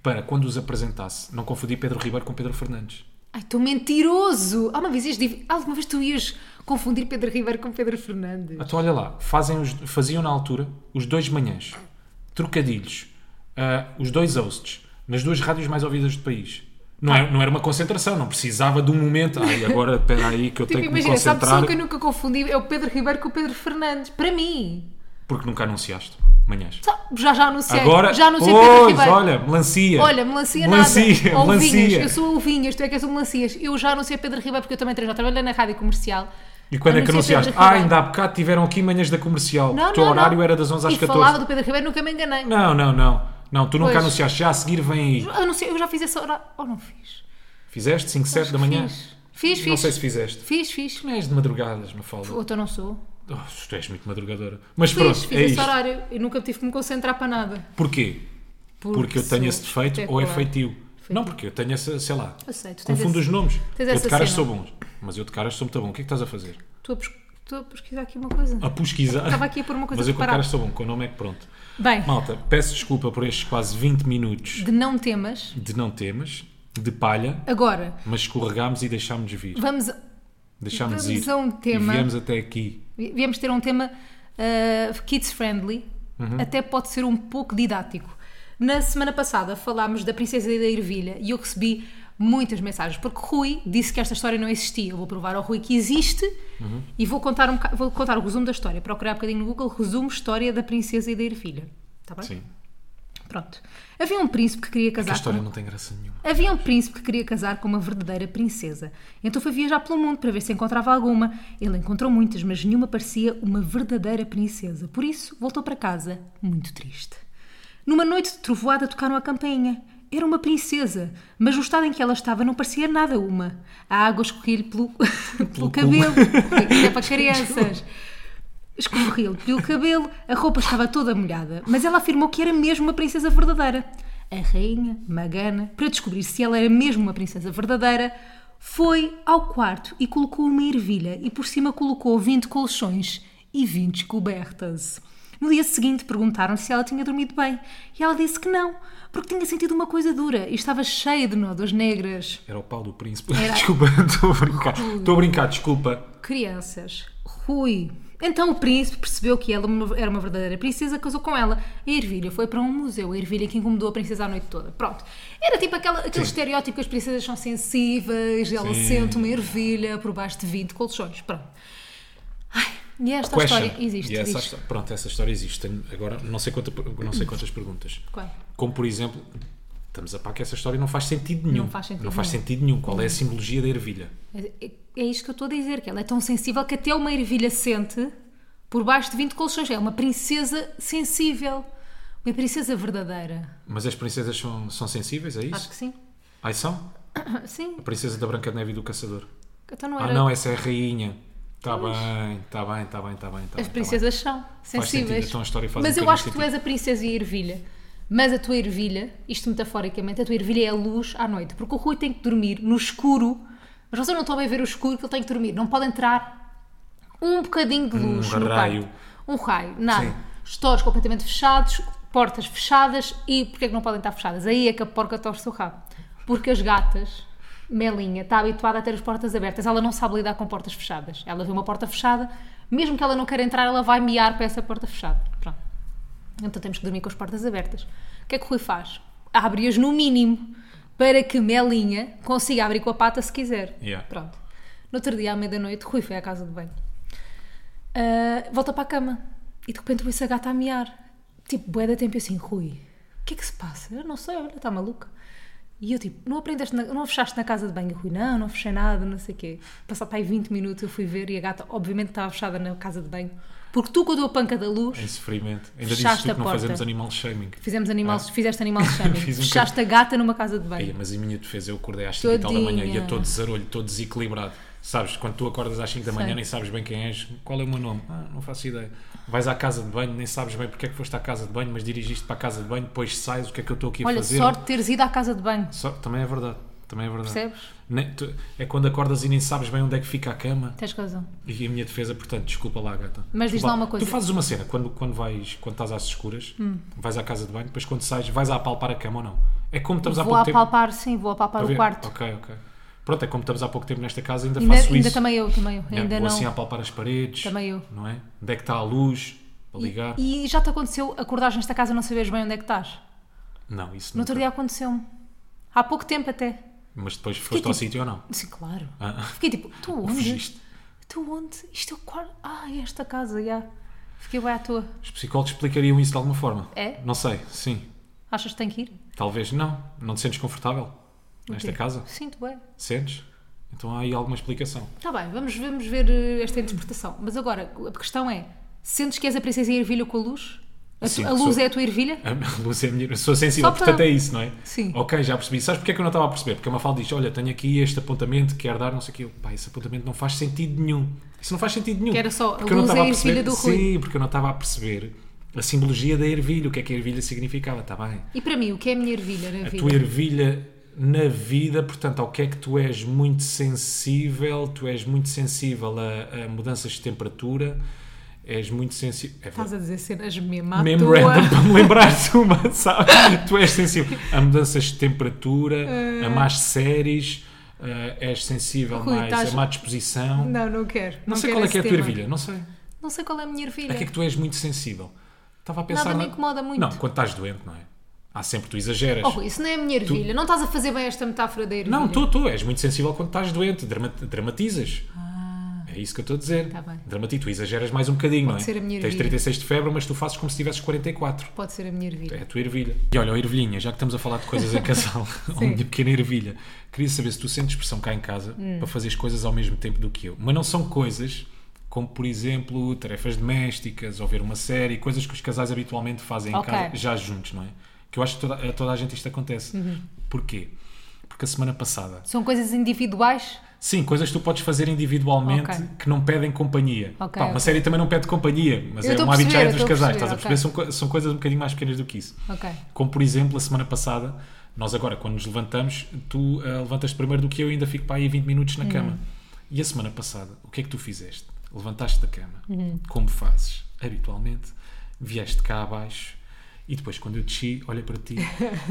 [SPEAKER 2] para quando os apresentasse, não confundir Pedro Ribeiro com Pedro Fernandes.
[SPEAKER 1] Ai, estou mentiroso! Alguma vez, ias div- alguma vez tu ias confundir Pedro Ribeiro com Pedro Fernandes?
[SPEAKER 2] Então olha lá, fazem os- faziam na altura os dois manhãs, trocadilhos, ah, os dois hosts, nas duas rádios mais ouvidas do país. Não, é- não era uma concentração, não precisava de um momento. Ai, agora espera aí que eu
[SPEAKER 1] Tipo,
[SPEAKER 2] tenho que me
[SPEAKER 1] imagina, se há pessoa
[SPEAKER 2] concentrar.
[SPEAKER 1] que eu nunca confundi é o Pedro Ribeiro com o Pedro Fernandes. Para mim!
[SPEAKER 2] Porque nunca anunciaste manhãs.
[SPEAKER 1] Só- Já já anunciei.
[SPEAKER 2] Agora,
[SPEAKER 1] já anunciei Pedro
[SPEAKER 2] pois,
[SPEAKER 1] Ribeiro.
[SPEAKER 2] olha, melancia.
[SPEAKER 1] é Olha, melancia nada.
[SPEAKER 2] Melancia,
[SPEAKER 1] Ou
[SPEAKER 2] melancia.
[SPEAKER 1] Ovinhas, eu sou ovinhas, tu é que és o melancias. Eu já anunciei Pedro Ribeiro porque eu também já trabalhei na rádio comercial.
[SPEAKER 2] E quando é que
[SPEAKER 1] Anunciei
[SPEAKER 2] anunciaste?
[SPEAKER 1] Pedro
[SPEAKER 2] Ah,
[SPEAKER 1] Ribeiro.
[SPEAKER 2] ainda há bocado tiveram aqui manhãs da comercial.
[SPEAKER 1] Não,
[SPEAKER 2] o teu
[SPEAKER 1] não,
[SPEAKER 2] horário
[SPEAKER 1] não.
[SPEAKER 2] era das 11 às
[SPEAKER 1] e
[SPEAKER 2] 14.
[SPEAKER 1] falava do Pedro Ribeiro, nunca me enganei.
[SPEAKER 2] Não, não, não. Não, tu nunca
[SPEAKER 1] Pois.
[SPEAKER 2] anunciaste. Já a seguir vem aí.
[SPEAKER 1] Anunciei, eu já fiz essa hora. Ou não fiz?
[SPEAKER 2] Fizeste 5, 7 da manhã?
[SPEAKER 1] Fiz, fiz.
[SPEAKER 2] Não
[SPEAKER 1] Fiz,
[SPEAKER 2] sei se fizeste.
[SPEAKER 1] fiz. fiz.
[SPEAKER 2] Tu não és de madrugadas, me fala.
[SPEAKER 1] Ou então não sou.
[SPEAKER 2] Oh, tu és muito madrugadora. Mas
[SPEAKER 1] Fiz,
[SPEAKER 2] pronto,
[SPEAKER 1] fiz
[SPEAKER 2] é
[SPEAKER 1] esse
[SPEAKER 2] isto.
[SPEAKER 1] horário e nunca tive que me concentrar para nada.
[SPEAKER 2] Porquê? Porque, eu tenho
[SPEAKER 1] sou
[SPEAKER 2] esse defeito ou é
[SPEAKER 1] espetacular.
[SPEAKER 2] feitio? Não, porque eu tenho essa, sei lá.
[SPEAKER 1] Eu sei, tu tens
[SPEAKER 2] Confundo
[SPEAKER 1] esse-
[SPEAKER 2] os nomes.
[SPEAKER 1] tens
[SPEAKER 2] Eu
[SPEAKER 1] essa
[SPEAKER 2] de caras
[SPEAKER 1] cena.
[SPEAKER 2] sou bom, mas eu de caras sou muito bom. O que é que estás a fazer?
[SPEAKER 1] Estou a, pes- estou a pesquisar aqui uma coisa.
[SPEAKER 2] A pesquisar.
[SPEAKER 1] Estava aqui a pôr uma coisa
[SPEAKER 2] Mas eu com
[SPEAKER 1] preparada.
[SPEAKER 2] caras sou bom, com o nome é que pronto.
[SPEAKER 1] Bem,
[SPEAKER 2] Malta, peço desculpa por estes quase 20 minutos
[SPEAKER 1] de não temas,
[SPEAKER 2] de não temas, de palha,
[SPEAKER 1] agora
[SPEAKER 2] mas escorregámos e deixámos vir.
[SPEAKER 1] vamos.
[SPEAKER 2] Deixámos
[SPEAKER 1] vamos
[SPEAKER 2] ir.
[SPEAKER 1] a um tema.
[SPEAKER 2] E viemos até aqui.
[SPEAKER 1] Viemos ter um tema uh, kids friendly,
[SPEAKER 2] Uhum.
[SPEAKER 1] até pode ser um pouco didático. Na semana passada falámos da Princesa da Ervilha e eu recebi muitas mensagens, porque Rui disse que esta história não existia. Eu vou provar ao Rui que existe
[SPEAKER 2] Uhum.
[SPEAKER 1] e vou contar, um, boca- vou contar o resumo da história. Procurar um bocadinho no Google, resumo história da Princesa e da Ervilha. Está bem?
[SPEAKER 2] Sim.
[SPEAKER 1] Pronto. Havia um príncipe que queria
[SPEAKER 2] Que a
[SPEAKER 1] casar. com-
[SPEAKER 2] história não tem graça nenhuma.
[SPEAKER 1] Havia um príncipe que queria casar com uma verdadeira princesa. Então foi viajar pelo mundo para ver se encontrava alguma. Ele encontrou muitas, mas nenhuma parecia uma verdadeira princesa. Por isso, voltou para casa muito triste. Numa noite de trovoada tocaram a campainha. Era uma princesa, mas o estado em que ela estava não parecia nada uma. A água escorria-lhe pelo, pelo
[SPEAKER 2] cu.
[SPEAKER 1] cabelo. Isto é para crianças. Escorreu-lhe pelo cabelo, a roupa estava toda molhada, mas ela afirmou que era mesmo uma princesa verdadeira. A rainha, Magana, para descobrir se ela era mesmo uma princesa verdadeira, foi ao quarto e colocou uma ervilha e por cima colocou 20 colchões e 20 cobertas. No dia seguinte perguntaram se ela tinha dormido bem e ela disse que não, porque tinha sentido uma coisa dura e estava cheia de nódoas negras.
[SPEAKER 2] Era o pau do príncipe. Desculpa, estou a brincar. Estou a brincar, desculpa.
[SPEAKER 1] Crianças. Rui. Então o príncipe percebeu que ela uma- era uma verdadeira princesa, casou com ela. A ervilha foi para um museu. A ervilha que incomodou a princesa a noite toda. Pronto. Era tipo aquela, aquele
[SPEAKER 2] Sim.
[SPEAKER 1] estereótipo que as princesas são sensíveis, ela
[SPEAKER 2] Sim.
[SPEAKER 1] sente uma ervilha por baixo de 20 colchões. Pronto. Ai, e esta
[SPEAKER 2] Question.
[SPEAKER 1] história existe.
[SPEAKER 2] E essa
[SPEAKER 1] diz.
[SPEAKER 2] histó- Pronto, essa história existe. Tenho agora não sei, quanta- não sei quantas perguntas.
[SPEAKER 1] Qual?
[SPEAKER 2] Como por exemplo, estamos a par que essa história não faz sentido nenhum.
[SPEAKER 1] Não faz sentido nenhum.
[SPEAKER 2] sentido nenhum. Qual é a simbologia da ervilha?
[SPEAKER 1] É- É isto que eu estou a dizer, que ela é tão sensível que até uma ervilha sente por baixo de 20 colchões. É uma princesa sensível. Uma princesa verdadeira.
[SPEAKER 2] Mas as princesas são, são sensíveis a
[SPEAKER 1] Acho
[SPEAKER 2] isso?
[SPEAKER 1] que sim.
[SPEAKER 2] Ai, são?
[SPEAKER 1] Sim.
[SPEAKER 2] A princesa da Branca de Neve e do Caçador.
[SPEAKER 1] Então não
[SPEAKER 2] Ah,
[SPEAKER 1] era.
[SPEAKER 2] não, essa é a rainha. Está bem, está bem, está bem, está bem. tá bem, tá
[SPEAKER 1] As
[SPEAKER 2] bem.
[SPEAKER 1] princesas são
[SPEAKER 2] sentido,
[SPEAKER 1] sensíveis.
[SPEAKER 2] então a história faz
[SPEAKER 1] Mas
[SPEAKER 2] um
[SPEAKER 1] eu
[SPEAKER 2] bocadinho
[SPEAKER 1] acho que tu
[SPEAKER 2] sentido.
[SPEAKER 1] és a princesa e a ervilha. Mas a tua ervilha, isto metaforicamente, a tua ervilha é a luz à noite. Porque o Rui tem que dormir no escuro. Mas vocês não estão bem a ver o escuro que ele tem que dormir. Não pode entrar um bocadinho de luz no
[SPEAKER 2] raio.
[SPEAKER 1] quarto. Um raio. Nada.
[SPEAKER 2] Sim.
[SPEAKER 1] Estores completamente fechados, portas fechadas. E porquê é que não podem estar fechadas? Aí é que a porca torce o rabo. Porque as gatas... Melinha está habituada a ter as portas abertas, ela não sabe lidar com portas fechadas. Ela vê uma porta fechada, mesmo que ela não queira entrar, ela vai miar para essa porta fechada. Pronto. Então temos que dormir com as portas abertas. O que é que o Rui faz? Abre-as no mínimo para que Melinha consiga abrir com a pata se quiser.
[SPEAKER 2] Yeah.
[SPEAKER 1] Pronto. No outro dia, à meia-noite, Rui foi à casa de banho. Ah, volta para a cama e de repente ouço a gata a miar. Tipo, bué da tempo eu assim, Rui, o que é que se passa? Eu não sei, olha, está maluca. E eu tipo, não aprendeste, na- não a fechaste na casa de banho? Rui, não, não fechei nada, não sei o quê. Passado para aí 20 minutos eu fui ver e a gata obviamente estava fechada na casa de banho. Porque tu, quando a panca da luz,
[SPEAKER 2] Em sofrimento. Ainda dizes
[SPEAKER 1] Fechaste
[SPEAKER 2] tu que
[SPEAKER 1] a
[SPEAKER 2] não
[SPEAKER 1] porta.
[SPEAKER 2] fazemos animal shaming.
[SPEAKER 1] Fizemos animal,
[SPEAKER 2] Ah.
[SPEAKER 1] fizeste animal shaming.
[SPEAKER 2] Fiz um
[SPEAKER 1] Fechaste a gata numa casa de
[SPEAKER 2] Aí,
[SPEAKER 1] banho.
[SPEAKER 2] mas em minha defesa, eu acordei às 5 e tal da manhã e
[SPEAKER 1] Todinha.
[SPEAKER 2] ia todo desarolho, todo desequilibrado. Sabes, quando tu acordas às 5 da manhã
[SPEAKER 1] Sei.
[SPEAKER 2] nem sabes bem quem és, qual é o meu nome? Ah, não faço ideia. Vais à casa de banho, nem sabes bem porque é que foste à casa de banho, mas dirigiste para a casa de banho, depois sais, o que é que eu estou aqui a
[SPEAKER 1] Olha,
[SPEAKER 2] fazer?
[SPEAKER 1] sorte de teres ido à casa de banho.
[SPEAKER 2] Só- também é verdade, também é verdade.
[SPEAKER 1] Percebes?
[SPEAKER 2] Nem- tu- é quando acordas e nem sabes bem onde é que fica a cama.
[SPEAKER 1] Tens razão.
[SPEAKER 2] E a minha defesa, portanto, desculpa lá, gata.
[SPEAKER 1] Mas diz
[SPEAKER 2] Desculpa
[SPEAKER 1] lá uma coisa. Hum.
[SPEAKER 2] Tu fazes uma cena quando, quando vais, quando estás às escuras, vais à casa de banho, depois quando sais, vais a apalpar a cama ou não? É como estamos há
[SPEAKER 1] Vou
[SPEAKER 2] pouco tempo.
[SPEAKER 1] apalpar, sim, vou apalpar
[SPEAKER 2] Tá
[SPEAKER 1] o
[SPEAKER 2] bem?
[SPEAKER 1] quarto.
[SPEAKER 2] Ok, ok. Pronto, é como estamos há pouco tempo nesta casa, ainda
[SPEAKER 1] Ainda,
[SPEAKER 2] faço
[SPEAKER 1] ainda
[SPEAKER 2] isso.
[SPEAKER 1] também eu, também eu.
[SPEAKER 2] É,
[SPEAKER 1] ainda
[SPEAKER 2] vou
[SPEAKER 1] não.
[SPEAKER 2] assim a palpar as paredes.
[SPEAKER 1] Também eu.
[SPEAKER 2] Não é? Onde é que está a luz? Para ligar?
[SPEAKER 1] E, e já te aconteceu acordares nesta casa e não saberes bem onde é que estás?
[SPEAKER 2] Não, isso
[SPEAKER 1] No
[SPEAKER 2] não.
[SPEAKER 1] outro dia aconteceu-me. Há pouco tempo até.
[SPEAKER 2] Mas depois foste ao
[SPEAKER 1] tipo-
[SPEAKER 2] sítio ou não?
[SPEAKER 1] Sim, claro.
[SPEAKER 2] Ah,
[SPEAKER 1] Fiquei tipo, tu onde?
[SPEAKER 2] Fugiste.
[SPEAKER 1] Tu onde? Isto é o quarto. Ah, é esta casa, já. Fiquei bem à toa.
[SPEAKER 2] Os psicólogos explicariam isso de alguma forma.
[SPEAKER 1] É?
[SPEAKER 2] Não sei, sim.
[SPEAKER 1] Achas que tenho que ir?
[SPEAKER 2] Talvez não. Não te sentes confortável nesta
[SPEAKER 1] quê?
[SPEAKER 2] casa?
[SPEAKER 1] Sinto bem.
[SPEAKER 2] Sentes? Então há aí alguma explicação.
[SPEAKER 1] Está bem, vamos, vamos ver eh, esta interpretação. Mas agora, a questão é: sentes que és a princesa ervilha com a luz? A, tu-
[SPEAKER 2] Sim,
[SPEAKER 1] a luz
[SPEAKER 2] sou.
[SPEAKER 1] é a tua ervilha?
[SPEAKER 2] A luz é a minha. Sou sensível,
[SPEAKER 1] Só para-
[SPEAKER 2] portanto é isso, não é?
[SPEAKER 1] Sim.
[SPEAKER 2] Ok, já percebi. Sabes porque é que eu não estava a perceber? Porque a Mafalda diz: Olha, tenho aqui este apontamento, quero dar, não sei o quê. Eu, Pá, esse apontamento não faz sentido nenhum. Isso não faz sentido nenhum.
[SPEAKER 1] Que era só, a
[SPEAKER 2] eu não
[SPEAKER 1] luz
[SPEAKER 2] estava
[SPEAKER 1] é a
[SPEAKER 2] perceber-
[SPEAKER 1] ervilha do Rui.
[SPEAKER 2] Sim, porque eu não estava a perceber a simbologia da ervilha, o que é que a ervilha significava, está bem?
[SPEAKER 1] E para mim, o que é a minha ervilha na
[SPEAKER 2] A
[SPEAKER 1] vida?
[SPEAKER 2] tua ervilha na vida, portanto, ao que é que tu és muito sensível? Tu és muito sensível a, a mudanças de temperatura, és muito sensível. É
[SPEAKER 1] Estás a dizer cenas mesmo à
[SPEAKER 2] mesmo
[SPEAKER 1] toa.
[SPEAKER 2] random para me lembrar de uma, sabe? tu és sensível a mudanças de temperatura, a más séries, eh, és sensível
[SPEAKER 1] Eh. Rui,
[SPEAKER 2] mais
[SPEAKER 1] estás-
[SPEAKER 2] a má disposição. Não,
[SPEAKER 1] Não, não quero. Não,
[SPEAKER 2] sei
[SPEAKER 1] quero
[SPEAKER 2] qual é
[SPEAKER 1] esse
[SPEAKER 2] que é a tua
[SPEAKER 1] tema.
[SPEAKER 2] ervilha, não sei.
[SPEAKER 1] Não sei qual é a minha ervilha.
[SPEAKER 2] A que é que tu és muito sensível? Estava a pensar.
[SPEAKER 1] Nada me
[SPEAKER 2] na-
[SPEAKER 1] incomoda muito.
[SPEAKER 2] Não, quando estás doente, não é? Há sempre tu exageras.
[SPEAKER 1] Oh, Rui, isso não é a minha ervilha. Não estás a fazer bem esta metáfora da ervilha.
[SPEAKER 2] Não, tu, tu és muito sensível quando estás doente, drama- dramatizas. É isso que eu estou a dizer.
[SPEAKER 1] Ah. Tá bem.
[SPEAKER 2] Dramatiza, tu exageras mais um bocadinho, não é?
[SPEAKER 1] ser a minha
[SPEAKER 2] Tens
[SPEAKER 1] ervilha.
[SPEAKER 2] 36 de febre, mas tu fazes como se tivesses 44.
[SPEAKER 1] Pode ser a minha ervilha.
[SPEAKER 2] É a tua ervilha. E olha, ó, ervilhinha, já que estamos a falar de coisas em casal, ó, minha pequena ervilha, queria saber se tu sentes pressão cá em casa
[SPEAKER 1] Hum.
[SPEAKER 2] para fazeres coisas ao mesmo tempo do que eu. Mas não são coisas como, por exemplo, tarefas domésticas ou ver uma série, coisas que os casais habitualmente fazem
[SPEAKER 1] Ok.
[SPEAKER 2] em casa já juntos, não é? Que eu acho que toda, a toda a gente isto acontece.
[SPEAKER 1] Uhum.
[SPEAKER 2] Porquê? Porque a semana passada.
[SPEAKER 1] São coisas individuais?
[SPEAKER 2] Sim, coisas que tu podes fazer individualmente
[SPEAKER 1] Ok.
[SPEAKER 2] que não pedem companhia.
[SPEAKER 1] Ok,
[SPEAKER 2] Pá, uma
[SPEAKER 1] ok.
[SPEAKER 2] série também não pede companhia, mas
[SPEAKER 1] Eu
[SPEAKER 2] é
[SPEAKER 1] estou
[SPEAKER 2] um
[SPEAKER 1] a
[SPEAKER 2] hábito já
[SPEAKER 1] perceber,
[SPEAKER 2] entre
[SPEAKER 1] eu
[SPEAKER 2] os
[SPEAKER 1] estou a
[SPEAKER 2] casais, estás a
[SPEAKER 1] perceber,
[SPEAKER 2] perceber? São, co- são coisas um bocadinho mais pequenas do que isso.
[SPEAKER 1] Ok.
[SPEAKER 2] Como por exemplo, a semana passada, nós agora, quando nos levantamos, tu levantas levantas primeiro do que eu e ainda fico para aí 20 minutos na cama.
[SPEAKER 1] Hum.
[SPEAKER 2] E a
[SPEAKER 1] Hum.
[SPEAKER 2] semana passada, o que é que tu fizeste? Levantaste da cama, como fazes habitualmente, vieste cá abaixo e depois quando eu desci, olhei para ti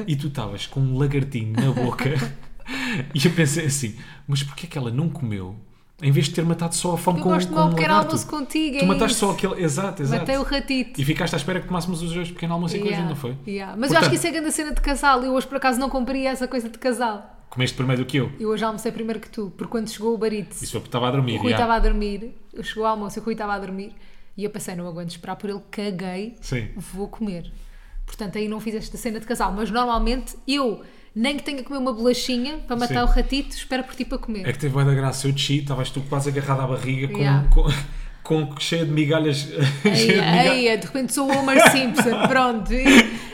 [SPEAKER 2] e tu estavas com um lagartinho na boca e eu pensei assim, mas porquê é que ela não comeu em vez de ter matado só a fome
[SPEAKER 1] Eu
[SPEAKER 2] com,
[SPEAKER 1] gosto de
[SPEAKER 2] com
[SPEAKER 1] tomar um
[SPEAKER 2] um
[SPEAKER 1] pequeno
[SPEAKER 2] lagarto?
[SPEAKER 1] almoço contigo,
[SPEAKER 2] Tu
[SPEAKER 1] é
[SPEAKER 2] mataste
[SPEAKER 1] isso.
[SPEAKER 2] só aquele, exato, exato.
[SPEAKER 1] Matei o ratito.
[SPEAKER 2] E ficaste à espera que tomássemos os dois pequeno almoço e coisa,
[SPEAKER 1] Yeah,
[SPEAKER 2] não foi?
[SPEAKER 1] yeah. Mas eu acho
[SPEAKER 2] Portanto,
[SPEAKER 1] que isso é grande cena de casal. Eu hoje, por acaso, não comprei essa coisa de casal.
[SPEAKER 2] Comeste primeiro do que eu.
[SPEAKER 1] Eu hoje almocei primeiro que tu, porque quando chegou o barito,
[SPEAKER 2] Isso foi porque estava a dormir.
[SPEAKER 1] o Rui
[SPEAKER 2] já.
[SPEAKER 1] estava a dormir, eu chegou ao almoço, o Rui estava a dormir, e eu pensei, não aguento esperar por ele, caguei,
[SPEAKER 2] Sim.
[SPEAKER 1] vou comer. Portanto, aí não fiz esta cena de casal. Mas normalmente eu, nem que tenha que comer uma bolachinha para matar
[SPEAKER 2] Sim.
[SPEAKER 1] o ratito, espero por ti para comer.
[SPEAKER 2] É que teve bem da graça. Eu desci, estavas tu quase agarrado à barriga com,
[SPEAKER 1] Yeah.
[SPEAKER 2] com, com- cheia de migalhas. cheia de migalhas.
[SPEAKER 1] Ei, ei, é, de repente sou o Homer Simpson, pronto,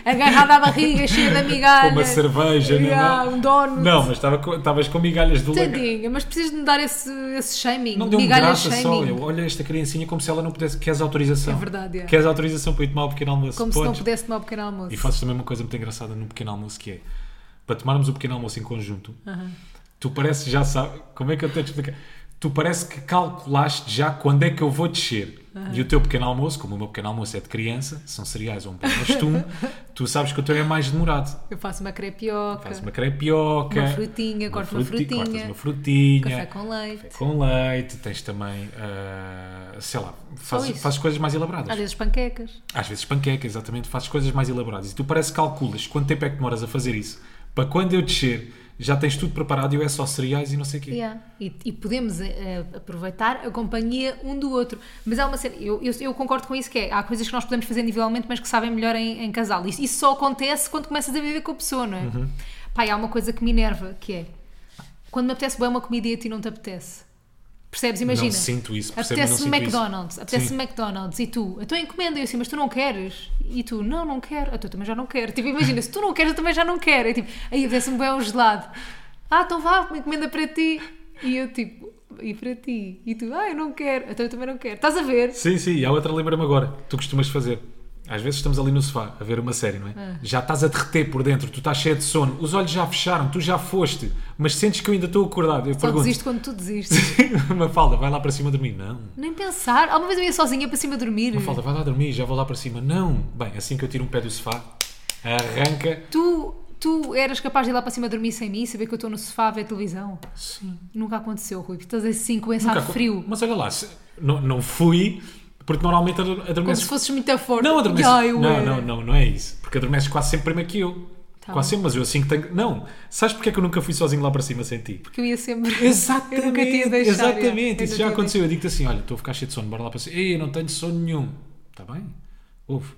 [SPEAKER 1] agarrada à barriga, cheia de migalha.
[SPEAKER 2] com uma cerveja, né?
[SPEAKER 1] Yeah,
[SPEAKER 2] não
[SPEAKER 1] um donut.
[SPEAKER 2] Não, mas estava com- estavas com migalhas de lagarto.
[SPEAKER 1] Tadinha, mas precisas de me dar esse, esse shaming,
[SPEAKER 2] Não deu me
[SPEAKER 1] migalha
[SPEAKER 2] graça só.
[SPEAKER 1] shaming.
[SPEAKER 2] Eu, olha esta criancinha como se ela não pudesse. Queres autorização?
[SPEAKER 1] É verdade, é.
[SPEAKER 2] Queres autorização para ir tomar o pequeno almoço?
[SPEAKER 1] Como se não
[SPEAKER 2] Podes.
[SPEAKER 1] pudesse tomar um pequeno almoço.
[SPEAKER 2] E fazes também uma coisa muito engraçada no pequeno almoço que é para tomarmos o pequeno almoço em conjunto, tu parece já sabe como é que eu tenho de explicar? Tu parece que calculaste já quando é que eu vou descer. E o teu pequeno almoço, como o meu pequeno almoço é de criança, são cereais ou um pão de atum, tu sabes que o teu é mais demorado.
[SPEAKER 1] Eu faço uma crepioca,
[SPEAKER 2] Fazes uma crepioca,
[SPEAKER 1] Uma frutinha, corto uma
[SPEAKER 2] fruti-
[SPEAKER 1] frutinha.
[SPEAKER 2] cortas uma frutinha,
[SPEAKER 1] café com leite.
[SPEAKER 2] café com leite, tens também, ah, sei lá, fazes,
[SPEAKER 1] isso.
[SPEAKER 2] fazes coisas mais elaboradas.
[SPEAKER 1] Às vezes panquecas.
[SPEAKER 2] Às vezes panqueca, exatamente, fazes coisas mais elaboradas. E tu parece que calculas quanto tempo é que demoras a fazer isso. Para quando eu descer, já tens tudo preparado e eu é só cereais e não sei o quê.
[SPEAKER 1] Yeah. E, e podemos eh, aproveitar a companhia um do outro. Mas há uma cena, eu, eu, eu concordo com isso, que é, há coisas que nós podemos fazer individualmente, mas que sabem melhor em, em casal. Isso, isso só acontece quando começas a viver com a pessoa, não é?
[SPEAKER 2] Uhum.
[SPEAKER 1] Pá, e há uma coisa que me enerva, que é, quando me apetece bem uma comida e a ti não te apetece. Percebes? Imagina.
[SPEAKER 2] Não sinto isso, percebe? Não
[SPEAKER 1] Apetece-me
[SPEAKER 2] sinto
[SPEAKER 1] McDonald's, apetece-me
[SPEAKER 2] Sim.
[SPEAKER 1] McDonald's e tu, então encomenda, eu assim, mas tu não queres? E tu, não, não quero, então eu também já não quero. Tipo, imagina, se tu não queres, eu também já não quero. E tipo, aí apetece-me bem um gelado. Ah, então vá, uma encomenda para ti. E eu tipo, e para ti? E tu, ah, eu não quero, então eu também não quero. Estás a ver?
[SPEAKER 2] Sim, sim, e a outra lembra-me agora, tu costumas fazer. Às vezes estamos ali no sofá a ver uma série, não é?
[SPEAKER 1] Ah.
[SPEAKER 2] Já estás a derreter por dentro, tu estás cheio de sono, os olhos já fecharam, tu já foste, mas sentes que eu ainda estou acordado. Eu
[SPEAKER 1] Só
[SPEAKER 2] pergunto,
[SPEAKER 1] desisto quando tu desistes.
[SPEAKER 2] uma falda, vai lá para cima dormir. Não,
[SPEAKER 1] Nem pensar. Alguma vez eu ia sozinha para cima dormir.
[SPEAKER 2] falda, vai lá dormir, já vou lá para cima. Não, bem, assim que eu tiro um pé do sofá, arranca.
[SPEAKER 1] Tu, tu eras capaz de ir lá para cima dormir sem mim, saber que eu estou no sofá a ver televisão? Sim. Nunca aconteceu, Rui, porque estás assim com esse
[SPEAKER 2] Nunca
[SPEAKER 1] ar
[SPEAKER 2] acon-
[SPEAKER 1] frio.
[SPEAKER 2] Mas olha lá, se- não, não fui, porque normalmente ador-
[SPEAKER 1] Como se
[SPEAKER 2] adormeces.
[SPEAKER 1] fosses muito forte.
[SPEAKER 2] Não, adormeces.
[SPEAKER 1] Ya, eu
[SPEAKER 2] não,
[SPEAKER 1] era.
[SPEAKER 2] não, não, não é isso. Porque adormeces quase sempre primeiro que eu.
[SPEAKER 1] Tá bem.
[SPEAKER 2] quase sempre, mas eu assim que tenho. Não, sabes porque é que eu nunca fui sozinho lá para cima sem ti?
[SPEAKER 1] Porque eu ia sempre.
[SPEAKER 2] Exatamente,
[SPEAKER 1] Eu nunca te ia deixar,
[SPEAKER 2] exatamente.
[SPEAKER 1] é. Eu
[SPEAKER 2] Isso
[SPEAKER 1] não
[SPEAKER 2] já
[SPEAKER 1] te ia
[SPEAKER 2] aconteceu. Eu digo-te assim: olha, estou a ficar cheio de sono, bora lá para cima. Ei, eu não tenho sono nenhum. Está bem? Ouve.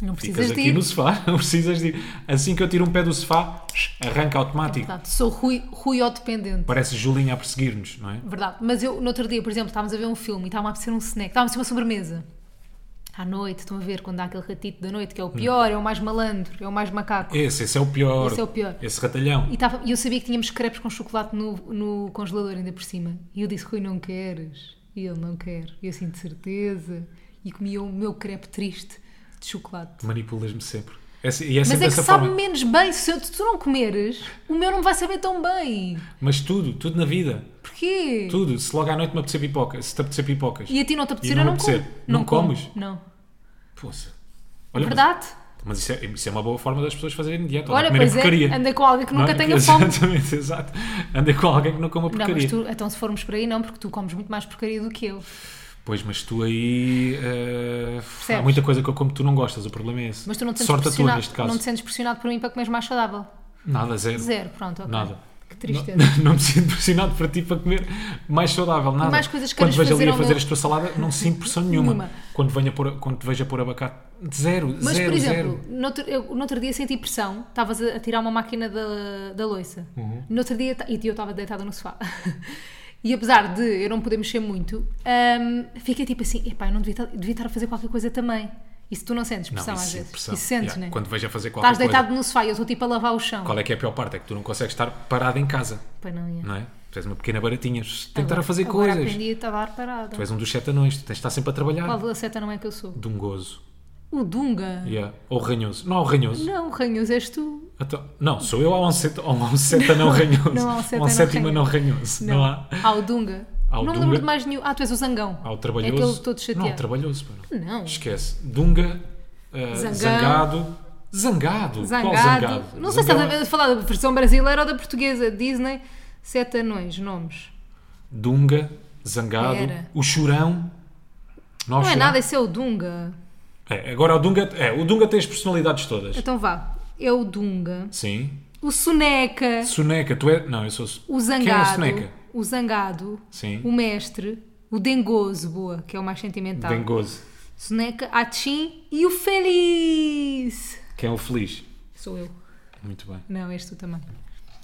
[SPEAKER 1] deixar. Não
[SPEAKER 2] Ficas
[SPEAKER 1] precisas de
[SPEAKER 2] aqui
[SPEAKER 1] ir.
[SPEAKER 2] no sofá, não precisas de ir. Assim que eu tiro um pé do sofá, arranca automático.
[SPEAKER 1] Portanto, sou Rui, Rui ou dependente.
[SPEAKER 2] Parece Julinha a perseguir-nos, não é?
[SPEAKER 1] Verdade. Mas eu, no outro dia, por exemplo, estávamos a ver um filme e estava a apetecer um snack, estava a apetecer uma sobremesa. À noite, estão a ver quando há aquele ratito da noite que é
[SPEAKER 2] Hum.
[SPEAKER 1] o pior, é o mais malandro, é o mais macaco.
[SPEAKER 2] Esse, esse é o pior.
[SPEAKER 1] Esse é o pior.
[SPEAKER 2] Esse ratalhão.
[SPEAKER 1] E estava- e eu sabia que tínhamos crepes com chocolate no, no congelador, ainda por cima. E eu disse, Rui, não queres? E ele, não quer. E eu, assim, de certeza. E comia o meu crepe triste de chocolate.
[SPEAKER 2] Manipulas-me sempre. Essa- e é
[SPEAKER 1] Mas
[SPEAKER 2] sempre
[SPEAKER 1] é que
[SPEAKER 2] dessa
[SPEAKER 1] sabe
[SPEAKER 2] forma.
[SPEAKER 1] menos bem. Se eu- se tu não comeres, o meu não vai saber tão bem.
[SPEAKER 2] Mas tudo, tudo na vida.
[SPEAKER 1] Porquê?
[SPEAKER 2] Tudo. Se logo à noite me apetecer pipoca, se te apetecer pipocas.
[SPEAKER 1] E a ti não te apetecer,
[SPEAKER 2] E não
[SPEAKER 1] eu não como.
[SPEAKER 2] apetecer. Não
[SPEAKER 1] como.
[SPEAKER 2] comes?
[SPEAKER 1] Não.
[SPEAKER 2] Poça. Olha,
[SPEAKER 1] Verdade?
[SPEAKER 2] Mas, mas isso, é, isso é uma boa forma das pessoas fazerem dieta.
[SPEAKER 1] Olha,
[SPEAKER 2] Olha, comerem
[SPEAKER 1] pois
[SPEAKER 2] porcaria.
[SPEAKER 1] é, anda com alguém que nunca
[SPEAKER 2] Não é?
[SPEAKER 1] tenha fome.
[SPEAKER 2] Exatamente, exato. Andei com alguém que não coma
[SPEAKER 1] Não, mas
[SPEAKER 2] porcaria.
[SPEAKER 1] tu, então se formos por aí, não, porque tu comes muito mais porcaria do que eu.
[SPEAKER 2] Pois, mas tu aí. eh, há
[SPEAKER 1] Percebes?
[SPEAKER 2] muita coisa que eu como que tu não gostas, o problema é esse.
[SPEAKER 1] Mas tu não te sentes,
[SPEAKER 2] Sorte a tua
[SPEAKER 1] pressionado,
[SPEAKER 2] neste caso.
[SPEAKER 1] não te sentes pressionado por mim para comeres mais saudável.
[SPEAKER 2] Nada, zero.
[SPEAKER 1] Zero, pronto, ok.
[SPEAKER 2] Nada.
[SPEAKER 1] Que tristeza.
[SPEAKER 2] Não, não me sinto pressionado para ti para comer mais saudável, nada.
[SPEAKER 1] mais coisas que
[SPEAKER 2] quando
[SPEAKER 1] queiras
[SPEAKER 2] vejo ali
[SPEAKER 1] fazer
[SPEAKER 2] a
[SPEAKER 1] ao
[SPEAKER 2] fazer
[SPEAKER 1] meu-
[SPEAKER 2] a tua salada, não sinto pressão nenhuma.
[SPEAKER 1] Nenhuma.
[SPEAKER 2] Quando, venho a pôr, quando te vejo a pôr abacate, zero,
[SPEAKER 1] Mas,
[SPEAKER 2] zero,
[SPEAKER 1] por exemplo,
[SPEAKER 2] zero.
[SPEAKER 1] no outro, eu, no outro dia senti pressão, estavas a, a tirar uma máquina da, da loiça.
[SPEAKER 2] Uhum.
[SPEAKER 1] No outro dia, ta- e eu estava deitada no sofá. e apesar de eu não poder mexer muito, hum, fiquei tipo assim: epá, eu não devia, ta- devia estar a fazer qualquer coisa também. E se tu não sentes
[SPEAKER 2] Não,
[SPEAKER 1] pressão
[SPEAKER 2] isso
[SPEAKER 1] às
[SPEAKER 2] sim,
[SPEAKER 1] vezes?
[SPEAKER 2] pressão.
[SPEAKER 1] Isso sentes,
[SPEAKER 2] Yeah,
[SPEAKER 1] né?
[SPEAKER 2] Quando vejo a fazer qualquer
[SPEAKER 1] Estás
[SPEAKER 2] coisa.
[SPEAKER 1] deitado no sofá e eu estou tipo a lavar o chão.
[SPEAKER 2] Qual é que é a pior parte? É que tu não consegues estar parado em casa,
[SPEAKER 1] Pois não ia.
[SPEAKER 2] não é? Tu és uma pequena baratinha, tentar
[SPEAKER 1] Agora-
[SPEAKER 2] a fazer
[SPEAKER 1] agora
[SPEAKER 2] coisas.
[SPEAKER 1] aprendi a estar parada.
[SPEAKER 2] Tu és um dos sete anões, tu tens de estar sempre a trabalhar.
[SPEAKER 1] Qual veloceta não é que eu sou?
[SPEAKER 2] Dungoso.
[SPEAKER 1] O Dunga?
[SPEAKER 2] Yeah. Ou ranhoso. Não, ranhoso.
[SPEAKER 1] Não, ranhoso és tu.
[SPEAKER 2] Então- não, sou eu ou há um sete, ou há um sete anão ranhoso.
[SPEAKER 1] não há um sete
[SPEAKER 2] Ou
[SPEAKER 1] anão
[SPEAKER 2] sétimo
[SPEAKER 1] ranhoso.
[SPEAKER 2] anão ranhoso. Não há.
[SPEAKER 1] Há o Dunga.
[SPEAKER 2] Há o
[SPEAKER 1] não me lembro
[SPEAKER 2] Dunga.
[SPEAKER 1] de mais nenhum. Ah, tu és o Zangão.
[SPEAKER 2] Há o
[SPEAKER 1] É aquele
[SPEAKER 2] trabalhoso.
[SPEAKER 1] todo
[SPEAKER 2] não,
[SPEAKER 1] chateado.
[SPEAKER 2] trabalhoso. pá, não.
[SPEAKER 1] Não.
[SPEAKER 2] Esquece. Dunga ah,
[SPEAKER 1] Zangão.
[SPEAKER 2] zangado. Zangado? Qual
[SPEAKER 1] Zangado.
[SPEAKER 2] zangado?
[SPEAKER 1] Não sei se
[SPEAKER 2] Zangão
[SPEAKER 1] estás
[SPEAKER 2] é-
[SPEAKER 1] a falar da versão brasileira ou da portuguesa. Disney, sete anões, nomes.
[SPEAKER 2] Dunga, zangado.
[SPEAKER 1] Era.
[SPEAKER 2] O chorão. Nós
[SPEAKER 1] Não é
[SPEAKER 2] Chorão.
[SPEAKER 1] nada, isso é o Dunga.
[SPEAKER 2] É, agora o Dunga, é, o Dunga tem as personalidades todas.
[SPEAKER 1] Então vá. É o Dunga.
[SPEAKER 2] Sim.
[SPEAKER 1] O Soneca.
[SPEAKER 2] Soneca, tu é. Não, eu sou.
[SPEAKER 1] O
[SPEAKER 2] Quem é o
[SPEAKER 1] Zangado.
[SPEAKER 2] Soneca?
[SPEAKER 1] o Zangado.
[SPEAKER 2] Sim.
[SPEAKER 1] O Mestre. O Dengoso, boa, que é o mais sentimental.
[SPEAKER 2] Dengoso.
[SPEAKER 1] Soneca, Atim e o Feliz.
[SPEAKER 2] Quem é o feliz?
[SPEAKER 1] Sou eu.
[SPEAKER 2] Muito bem.
[SPEAKER 1] Não, és tu também.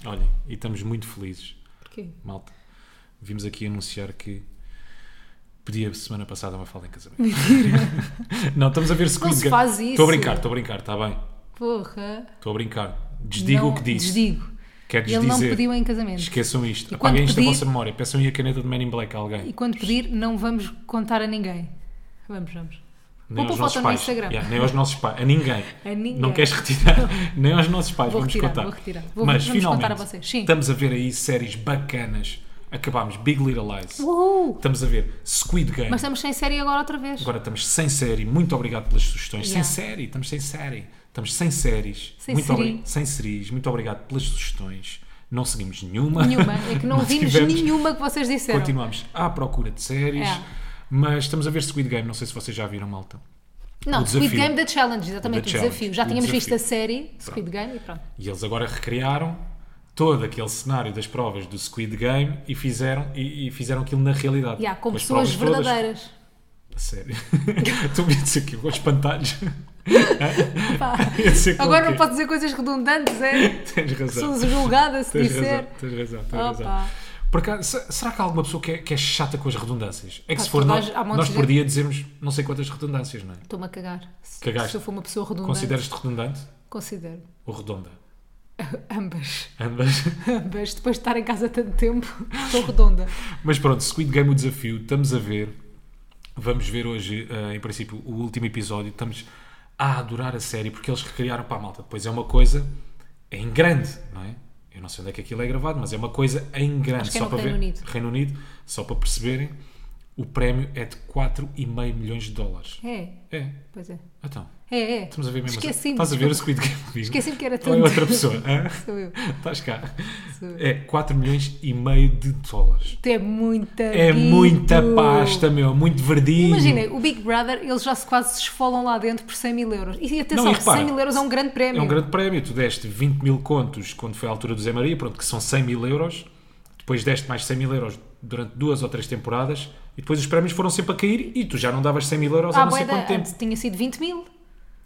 [SPEAKER 2] Olhem, e estamos muito felizes.
[SPEAKER 1] Porquê?
[SPEAKER 2] Malta, vimos aqui anunciar que pedi a semana passada uma fala em casamento. não, estamos a ver se
[SPEAKER 1] Não se faz isso.
[SPEAKER 2] Estou a brincar, estou a brincar, está bem.
[SPEAKER 1] Porra.
[SPEAKER 2] Estou a brincar. Desdigo
[SPEAKER 1] Não,
[SPEAKER 2] o que disse.
[SPEAKER 1] Desdigo.
[SPEAKER 2] Quero-lhes
[SPEAKER 1] Ele não
[SPEAKER 2] dizer.
[SPEAKER 1] pediu em casamento.
[SPEAKER 2] Esqueçam isto.
[SPEAKER 1] E
[SPEAKER 2] Apaguem
[SPEAKER 1] quando
[SPEAKER 2] isto
[SPEAKER 1] pedir-
[SPEAKER 2] da vossa memória. Peçam aí a caneta de Man in Black a alguém.
[SPEAKER 1] E quando pedir, não vamos contar a ninguém. Vamos, vamos.
[SPEAKER 2] Nem
[SPEAKER 1] Vou
[SPEAKER 2] aos
[SPEAKER 1] pôr
[SPEAKER 2] nossos
[SPEAKER 1] foto no
[SPEAKER 2] pais.
[SPEAKER 1] Instagram.
[SPEAKER 2] Yeah, nem aos nossos pais. A ninguém.
[SPEAKER 1] A ninguém.
[SPEAKER 2] Não queres retirar. nem aos nossos pais.
[SPEAKER 1] Vou
[SPEAKER 2] vamos
[SPEAKER 1] retirar,
[SPEAKER 2] contar.
[SPEAKER 1] vou retirar. Vou-
[SPEAKER 2] Mas
[SPEAKER 1] vamos contar
[SPEAKER 2] finalmente,
[SPEAKER 1] a vocês. Sim.
[SPEAKER 2] estamos a ver aí séries bacanas. Acabámos Big Little Lies.
[SPEAKER 1] Uhul!
[SPEAKER 2] Estamos a ver Squid Game.
[SPEAKER 1] Mas estamos sem série agora outra vez.
[SPEAKER 2] Agora estamos sem série. Muito obrigado pelas sugestões.
[SPEAKER 1] Yeah.
[SPEAKER 2] Sem série. Estamos sem série. Estamos sem séries.
[SPEAKER 1] Sem
[SPEAKER 2] Muito
[SPEAKER 1] série.
[SPEAKER 2] obri- Sem séries. Muito obrigado pelas sugestões. Não seguimos nenhuma.
[SPEAKER 1] Nenhuma. É que não vimos
[SPEAKER 2] tivemos-
[SPEAKER 1] nenhuma que vocês disseram.
[SPEAKER 2] Continuamos à procura de séries.
[SPEAKER 1] É.
[SPEAKER 2] Mas estamos a ver Squid Game. Não sei se vocês já viram, malta.
[SPEAKER 1] Não,
[SPEAKER 2] O
[SPEAKER 1] Squid
[SPEAKER 2] desafio.
[SPEAKER 1] Game da Challenge, exatamente,
[SPEAKER 2] O
[SPEAKER 1] o,
[SPEAKER 2] da
[SPEAKER 1] desafio.
[SPEAKER 2] challenge,
[SPEAKER 1] Já
[SPEAKER 2] o
[SPEAKER 1] tínhamos
[SPEAKER 2] desafio.
[SPEAKER 1] visto a série, Squid Game e pronto.
[SPEAKER 2] E eles agora recriaram todo aquele cenário das provas do Squid Game e fizeram, e, e fizeram aquilo na realidade.
[SPEAKER 1] Yeah, com
[SPEAKER 2] as
[SPEAKER 1] pessoas
[SPEAKER 2] provas todas.
[SPEAKER 1] verdadeiras.
[SPEAKER 2] A sério. tu me dizes aqui com os pantalhos.
[SPEAKER 1] Pá.
[SPEAKER 2] Eu sei com
[SPEAKER 1] Agora
[SPEAKER 2] o
[SPEAKER 1] não
[SPEAKER 2] quê?
[SPEAKER 1] posso dizer coisas redundantes, é?
[SPEAKER 2] Tens razão.
[SPEAKER 1] Sou julgada se
[SPEAKER 2] Tens
[SPEAKER 1] disser.
[SPEAKER 2] razão, tens razão, tens
[SPEAKER 1] Opa.
[SPEAKER 2] razão. Por acaso, se- será que há alguma pessoa que é, que é chata com as redundâncias? É que
[SPEAKER 1] Pá,
[SPEAKER 2] se for
[SPEAKER 1] toda
[SPEAKER 2] nós,
[SPEAKER 1] a- há montes
[SPEAKER 2] nós
[SPEAKER 1] de
[SPEAKER 2] por
[SPEAKER 1] gente-
[SPEAKER 2] dia dizemos não sei quantas redundâncias, não é?
[SPEAKER 1] Estou-me a cagar. Se,
[SPEAKER 2] Cagaste.
[SPEAKER 1] se eu for uma pessoa redundante,
[SPEAKER 2] Consideras-te redundante
[SPEAKER 1] considero.
[SPEAKER 2] ou redonda?
[SPEAKER 1] Ambas.
[SPEAKER 2] Ambas.
[SPEAKER 1] Ambas. Depois de estar em casa tanto tempo, estou redonda.
[SPEAKER 2] Mas pronto, Squid Game o desafio, estamos a ver. Vamos ver hoje, eh, em princípio, o último episódio. Estamos a adorar a série porque eles recriaram para a malta. Depois é uma coisa em grande, não é? Eu não sei onde é que aquilo é gravado, mas é uma coisa em grande.
[SPEAKER 1] Acho que é
[SPEAKER 2] só
[SPEAKER 1] no
[SPEAKER 2] para
[SPEAKER 1] Reino
[SPEAKER 2] ver,
[SPEAKER 1] Unido.
[SPEAKER 2] Reino Unido, só para perceberem, o prémio é de 4,5 milhões de dólares.
[SPEAKER 1] É,
[SPEAKER 2] É,
[SPEAKER 1] pois é.
[SPEAKER 2] então,
[SPEAKER 1] É, é.
[SPEAKER 2] estamos a ver mesmo. assim.
[SPEAKER 1] Esqueci-me,
[SPEAKER 2] Estás a ver o
[SPEAKER 1] desculpa.
[SPEAKER 2] Squid Game comigo?
[SPEAKER 1] Esqueci-me que era
[SPEAKER 2] Ou é
[SPEAKER 1] tanto.
[SPEAKER 2] outra pessoa? hã?
[SPEAKER 1] Sou eu.
[SPEAKER 2] Estás cá.
[SPEAKER 1] Sou eu.
[SPEAKER 2] É 4 milhões e meio de dólares.
[SPEAKER 1] Isto é muita
[SPEAKER 2] É
[SPEAKER 1] guito.
[SPEAKER 2] muita pasta, meu, muito verdinho. É
[SPEAKER 1] Imagina, o Big Brother, eles já se quase se esfolam lá dentro por 100 mil euros. E atenção,
[SPEAKER 2] Não, e repara,
[SPEAKER 1] 100 mil euros é um grande prémio.
[SPEAKER 2] É um grande prémio. Tu deste 20 mil contos quando foi a altura do Zé Maria, pronto, que são 100 mil euros. Depois deste mais 100 mil euros durante duas ou três temporadas. E depois os prémios foram sempre a cair e tu já não davas 100 mil euros há
[SPEAKER 1] Ah,
[SPEAKER 2] não sei
[SPEAKER 1] bué da-
[SPEAKER 2] quanto tempo.
[SPEAKER 1] antes tinha sido 20 mil.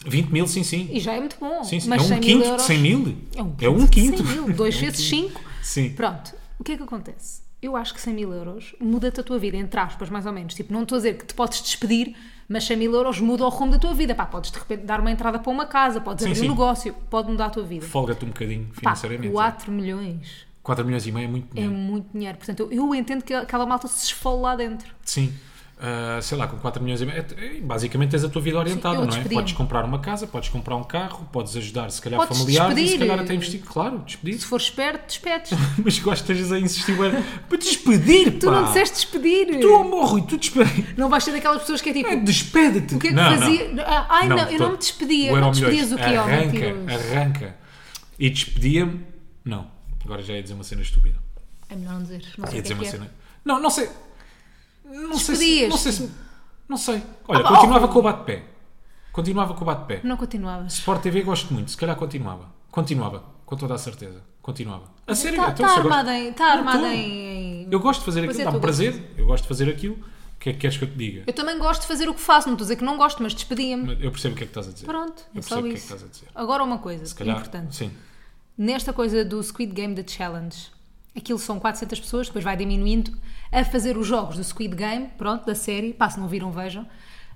[SPEAKER 2] 20 mil, sim, sim.
[SPEAKER 1] E já é muito bom.
[SPEAKER 2] sim, sim.
[SPEAKER 1] Mas
[SPEAKER 2] é um
[SPEAKER 1] 100
[SPEAKER 2] quinto
[SPEAKER 1] mil euros.
[SPEAKER 2] de 100 mil.
[SPEAKER 1] É um quinto. de 100 mil. Dois
[SPEAKER 2] É um
[SPEAKER 1] vezes
[SPEAKER 2] quinto.
[SPEAKER 1] 5.
[SPEAKER 2] Sim.
[SPEAKER 1] Pronto. O que é que acontece? Eu acho que 100 mil euros muda-te a tua vida, entre aspas, mais ou menos. Tipo, não estou a dizer que te podes despedir, mas 100 mil euros muda o rumo da tua vida. Pá, podes de repente dar uma entrada para uma casa, podes
[SPEAKER 2] Sim,
[SPEAKER 1] abrir
[SPEAKER 2] sim.
[SPEAKER 1] um negócio, pode mudar a tua vida.
[SPEAKER 2] Folga-te um bocadinho
[SPEAKER 1] Pá,
[SPEAKER 2] financeiramente.
[SPEAKER 1] 4 milhões
[SPEAKER 2] 4 milhões e meio é muito
[SPEAKER 1] é
[SPEAKER 2] dinheiro.
[SPEAKER 1] muito dinheiro. Portanto, eu, eu entendo que aquela malta se esfola lá dentro.
[SPEAKER 2] Sim. Ah, sei lá, com 4 milhões e meio. é- é- Basicamente tens a tua vida orientada,
[SPEAKER 1] eu
[SPEAKER 2] não é?
[SPEAKER 1] despedia-me.
[SPEAKER 2] Podes comprar uma casa, podes comprar um carro, podes ajudar, se calhar,
[SPEAKER 1] Podes
[SPEAKER 2] familiares e se
[SPEAKER 1] despedir.
[SPEAKER 2] calhar até investir. Claro, despedir.
[SPEAKER 1] Se for esperto, despedes.
[SPEAKER 2] Mas gostas a insistir bué. para despedir,
[SPEAKER 1] tu
[SPEAKER 2] pá!
[SPEAKER 1] não disseste despedir.
[SPEAKER 2] Tu, oh, meu Rui, tu despede.
[SPEAKER 1] Não vais ser daquelas pessoas que é tipo.
[SPEAKER 2] É, Despede-te!
[SPEAKER 1] O que é que fazia? Ah, Ai não, eu não me despedia. Não te despedias o que é,
[SPEAKER 2] Arranca, arranca. E despedia-me. Não, agora já ia dizer uma cena estúpida.
[SPEAKER 1] É melhor não dizer. Não sei
[SPEAKER 2] Ia
[SPEAKER 1] o que
[SPEAKER 2] dizer
[SPEAKER 1] é
[SPEAKER 2] uma
[SPEAKER 1] que é.
[SPEAKER 2] cena. Não, não sei. Não sei se.
[SPEAKER 1] Despedias-te.
[SPEAKER 2] Não sei se. Não sei. Olha,
[SPEAKER 1] Ah, pá,
[SPEAKER 2] continuava
[SPEAKER 1] oh.
[SPEAKER 2] com o bate-pé. Continuava com o bate-pé.
[SPEAKER 1] Não continuavas.
[SPEAKER 2] Sport TV gosto muito, se calhar continuava. Continuava, com toda a certeza. Continuava. A sério,
[SPEAKER 1] Está
[SPEAKER 2] então,
[SPEAKER 1] tá
[SPEAKER 2] se eu gosto-
[SPEAKER 1] armada em. Tá
[SPEAKER 2] Não
[SPEAKER 1] armada
[SPEAKER 2] tô.
[SPEAKER 1] em. em-
[SPEAKER 2] Eu gosto de fazer aquilo,
[SPEAKER 1] é,
[SPEAKER 2] dá-me
[SPEAKER 1] tu
[SPEAKER 2] prazer, eu gosto de fazer aquilo. O que é que queres que eu te diga?
[SPEAKER 1] Eu também gosto de fazer o que faço, não estou a dizer que não gosto, mas despedia-me.
[SPEAKER 2] Eu percebo o que é que estás a dizer.
[SPEAKER 1] Pronto,
[SPEAKER 2] eu
[SPEAKER 1] é só
[SPEAKER 2] percebo o que é que
[SPEAKER 1] isso.
[SPEAKER 2] estás a dizer. Se
[SPEAKER 1] Agora uma coisa
[SPEAKER 2] calhar,
[SPEAKER 1] importante.
[SPEAKER 2] Sim,
[SPEAKER 1] Nesta coisa do Squid Game da Challenge, aquilo são 400 pessoas, depois vai diminuindo, a fazer os jogos do Squid Game, pronto, da série. Pá, se não viram, vejam.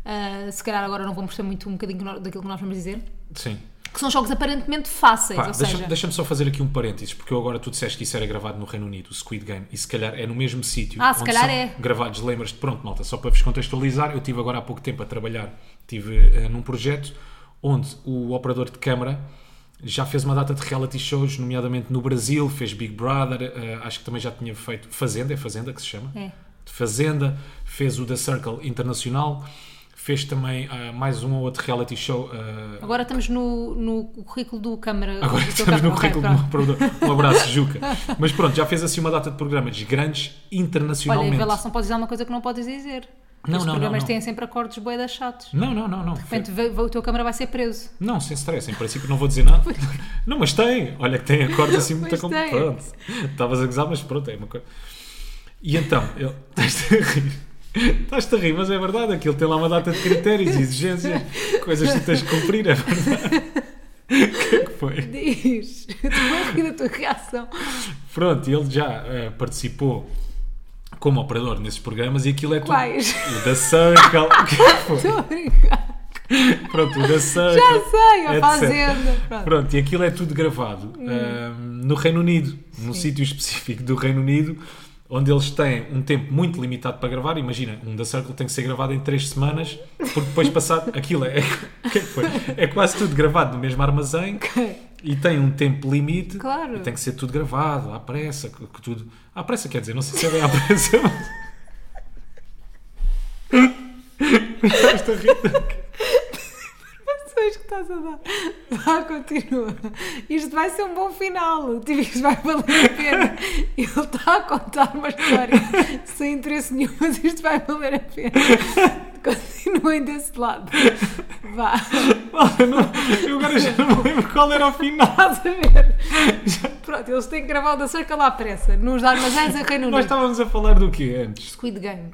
[SPEAKER 1] Ah, se calhar agora não vão perceber muito um bocadinho que nós- daquilo que nós vamos dizer.
[SPEAKER 2] sim.
[SPEAKER 1] Que são jogos aparentemente fáceis,
[SPEAKER 2] Pá,
[SPEAKER 1] ou
[SPEAKER 2] deixa-
[SPEAKER 1] seja...
[SPEAKER 2] Deixa-me só fazer aqui um parênteses, porque eu agora tu disseste que isso era gravado no Reino Unido, o Squid Game, e se calhar é no mesmo sítio.
[SPEAKER 1] Ah, se
[SPEAKER 2] onde
[SPEAKER 1] calhar
[SPEAKER 2] são
[SPEAKER 1] é.
[SPEAKER 2] Gravados, lembras-te, pronto, malta, só para vos contextualizar, eu estive agora há pouco tempo a trabalhar, estive eh, num projeto onde o operador de câmara já fez uma data de reality shows, nomeadamente no Brasil, fez Big Brother, eh, acho que também já tinha feito Fazenda, é Fazenda que se chama?
[SPEAKER 1] É.
[SPEAKER 2] De Fazenda, fez o The Circle Internacional, fez também ah, mais um ou outro reality show. ah,
[SPEAKER 1] Agora estamos no, no currículo do Câmara.
[SPEAKER 2] Agora
[SPEAKER 1] do seu
[SPEAKER 2] estamos
[SPEAKER 1] Câmara.
[SPEAKER 2] no
[SPEAKER 1] Ok,
[SPEAKER 2] currículo de
[SPEAKER 1] pronto.
[SPEAKER 2] um produtor. Um abraço, Juca. Mas pronto, já fez assim uma data de programas grandes
[SPEAKER 1] Olha,
[SPEAKER 2] internacionalmente.
[SPEAKER 1] vê lá se não podes dizer uma coisa que não podes dizer.
[SPEAKER 2] Não,
[SPEAKER 1] Os
[SPEAKER 2] não,
[SPEAKER 1] programas
[SPEAKER 2] não, não.
[SPEAKER 1] têm sempre acordes boedas chatos. De
[SPEAKER 2] Não, não, não, não.
[SPEAKER 1] repente, vê- vê- o teu câmara vai ser preso.
[SPEAKER 2] Não, sem stress, em princípio não vou dizer nada. não, mas tem. Olha que tem acordo assim muito
[SPEAKER 1] Pois
[SPEAKER 2] como.
[SPEAKER 1] tem.
[SPEAKER 2] Pronto. Estavas a gozar, mas pronto, é uma coisa. E então, ele. Estás-te a rir. Estás-te a rir, mas é verdade, aquilo tem lá uma data de critérios e exigências, coisas que tu tens de cumprir, é verdade. O que é que foi?
[SPEAKER 1] Diz. Estou a rir da tua reação.
[SPEAKER 2] Pronto, ele já eh, participou como operador nesses programas e aquilo é tudo.
[SPEAKER 1] Quais?
[SPEAKER 2] O da Circle. O que é que foi?
[SPEAKER 1] Estou a brincar.
[SPEAKER 2] Pronto, o da Circle.
[SPEAKER 1] Já sei, a
[SPEAKER 2] etc.
[SPEAKER 1] fazenda. Pronto. Hum.
[SPEAKER 2] Pronto, e aquilo é tudo gravado ah, no Reino Unido, num sítio específico do Reino Unido, onde eles têm um tempo muito limitado para gravar. Imagina, um da Circle tem que ser gravado em 3 semanas, porque depois passado. Aquilo é, o que é, que foi? é quase tudo gravado no mesmo armazém e tem um tempo limite.
[SPEAKER 1] Claro.
[SPEAKER 2] E tem que ser tudo gravado, à pressa, que, que tudo. À pressa quer dizer, não sei se é bem à pressa, mas. Estás-te a rir?
[SPEAKER 1] Pessoas que estás a dar. Vá, continua. Isto vai ser um bom final. Tipo, isto vai valer a pena. Ele está a contar uma história sem interesse nenhum, mas isto vai valer a pena. Continuem desse lado. Vá.
[SPEAKER 2] Eu não- Eu agora já não me lembro qual era o final.
[SPEAKER 1] Estás a ver? Pronto, eles têm que gravar o da cerca lá à pressa. Nos armazéns em Reino
[SPEAKER 2] Nós
[SPEAKER 1] Unido.
[SPEAKER 2] estávamos a falar do quê antes?
[SPEAKER 1] Squid Game.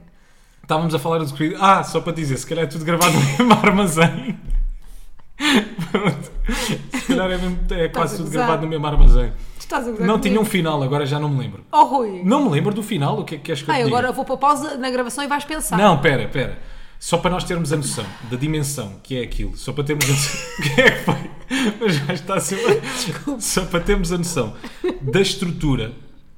[SPEAKER 2] Estávamos a falar do Squid. Ah, só para dizer, se calhar é tudo gravado no mesmo armazém. Pronto. Se calhar é, mesmo- é quase
[SPEAKER 1] a
[SPEAKER 2] tudo
[SPEAKER 1] gozar.
[SPEAKER 2] gravado no mesmo armazém.
[SPEAKER 1] Tu Estás a gozar
[SPEAKER 2] Não tinha um
[SPEAKER 1] comigo?
[SPEAKER 2] final, agora já não me lembro.
[SPEAKER 1] Oh, Rui.
[SPEAKER 2] Não me lembro do final, o que é que queres que eu
[SPEAKER 1] Ai,
[SPEAKER 2] te diga?
[SPEAKER 1] Ah, agora vou para a pausa na gravação e vais pensar.
[SPEAKER 2] Não, pera, pera. Só para nós termos a noção da dimensão que é aquilo, só para termos a noção. O que é que foi? Mas já está a ser. Só para termos a noção da estrutura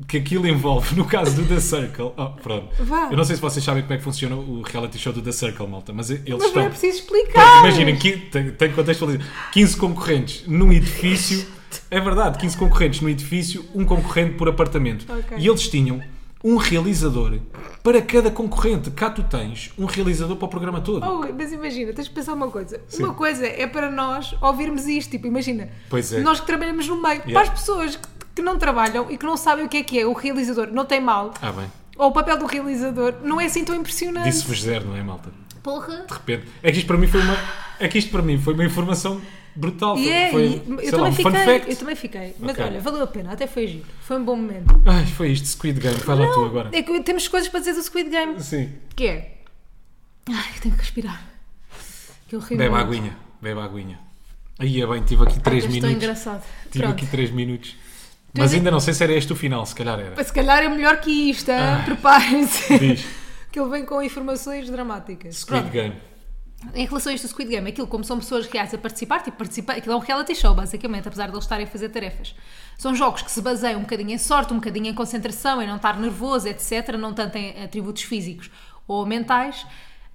[SPEAKER 2] que aquilo envolve, no caso do The Circle. Oh, pronto.
[SPEAKER 1] Vá.
[SPEAKER 2] Eu não sei se vocês sabem como é que funciona o reality show do The Circle, malta, mas eles
[SPEAKER 1] Mas não
[SPEAKER 2] estão.
[SPEAKER 1] é preciso explicar.
[SPEAKER 2] Imaginem, que- tem, tem que contextualizar. 15 concorrentes num edifício. É verdade, 15 concorrentes num edifício, um concorrente por apartamento.
[SPEAKER 1] Ok.
[SPEAKER 2] E eles tinham um realizador para cada concorrente. Cá tu tens um realizador para o programa todo.
[SPEAKER 1] Oh, mas imagina, tens de pensar uma coisa. Uma coisa é para nós ouvirmos isto, tipo, imagina.
[SPEAKER 2] Pois é.
[SPEAKER 1] Nós que trabalhamos no meio. Para as pessoas que, que não trabalham e que não sabem o que é que é o realizador, não tem mal.
[SPEAKER 2] Ah, bem.
[SPEAKER 1] Ou o papel do realizador não é assim tão impressionante.
[SPEAKER 2] Disse-vos zero, não é, malta? De
[SPEAKER 1] Porra.
[SPEAKER 2] repente. É que isto para mim foi uma, é que isto para mim foi uma informação brutal.
[SPEAKER 1] E é,
[SPEAKER 2] foi,
[SPEAKER 1] e-
[SPEAKER 2] foi, sei
[SPEAKER 1] eu, também
[SPEAKER 2] lá, um fun
[SPEAKER 1] fiquei,
[SPEAKER 2] fact.
[SPEAKER 1] eu também fiquei. Mas
[SPEAKER 2] Ok.
[SPEAKER 1] olha, valeu a pena, até foi giro. Foi um bom momento.
[SPEAKER 2] Ai, foi isto, Squid Game. Faz lá tu agora.
[SPEAKER 1] É que temos coisas para dizer do Squid Game.
[SPEAKER 2] Sim.
[SPEAKER 1] Que é? Ai, tenho que respirar. Que horrível.
[SPEAKER 2] Bebe a aguinha. Bebe a aguinha. Aí é bem, tive aqui 3
[SPEAKER 1] Estou
[SPEAKER 2] minutos.
[SPEAKER 1] engraçado.
[SPEAKER 2] Tive
[SPEAKER 1] Pronto.
[SPEAKER 2] aqui 3 minutos. Mas
[SPEAKER 1] diz-
[SPEAKER 2] ainda não sei se era este o final, se calhar era.
[SPEAKER 1] Se calhar é melhor que isto, hein?
[SPEAKER 2] Ah.
[SPEAKER 1] preparem-se.
[SPEAKER 2] Diz,
[SPEAKER 1] que ele vem com informações dramáticas.
[SPEAKER 2] Squid
[SPEAKER 1] Pronto.
[SPEAKER 2] Game.
[SPEAKER 1] Em relação a isto do Squid Game, aquilo como são pessoas reais a participar, tipo, participa, aquilo é um reality show, basicamente, apesar de eles estarem a fazer tarefas. São jogos que se baseiam um bocadinho em sorte, um bocadinho em concentração, em não estar nervoso, etc., não tanto em atributos físicos ou mentais,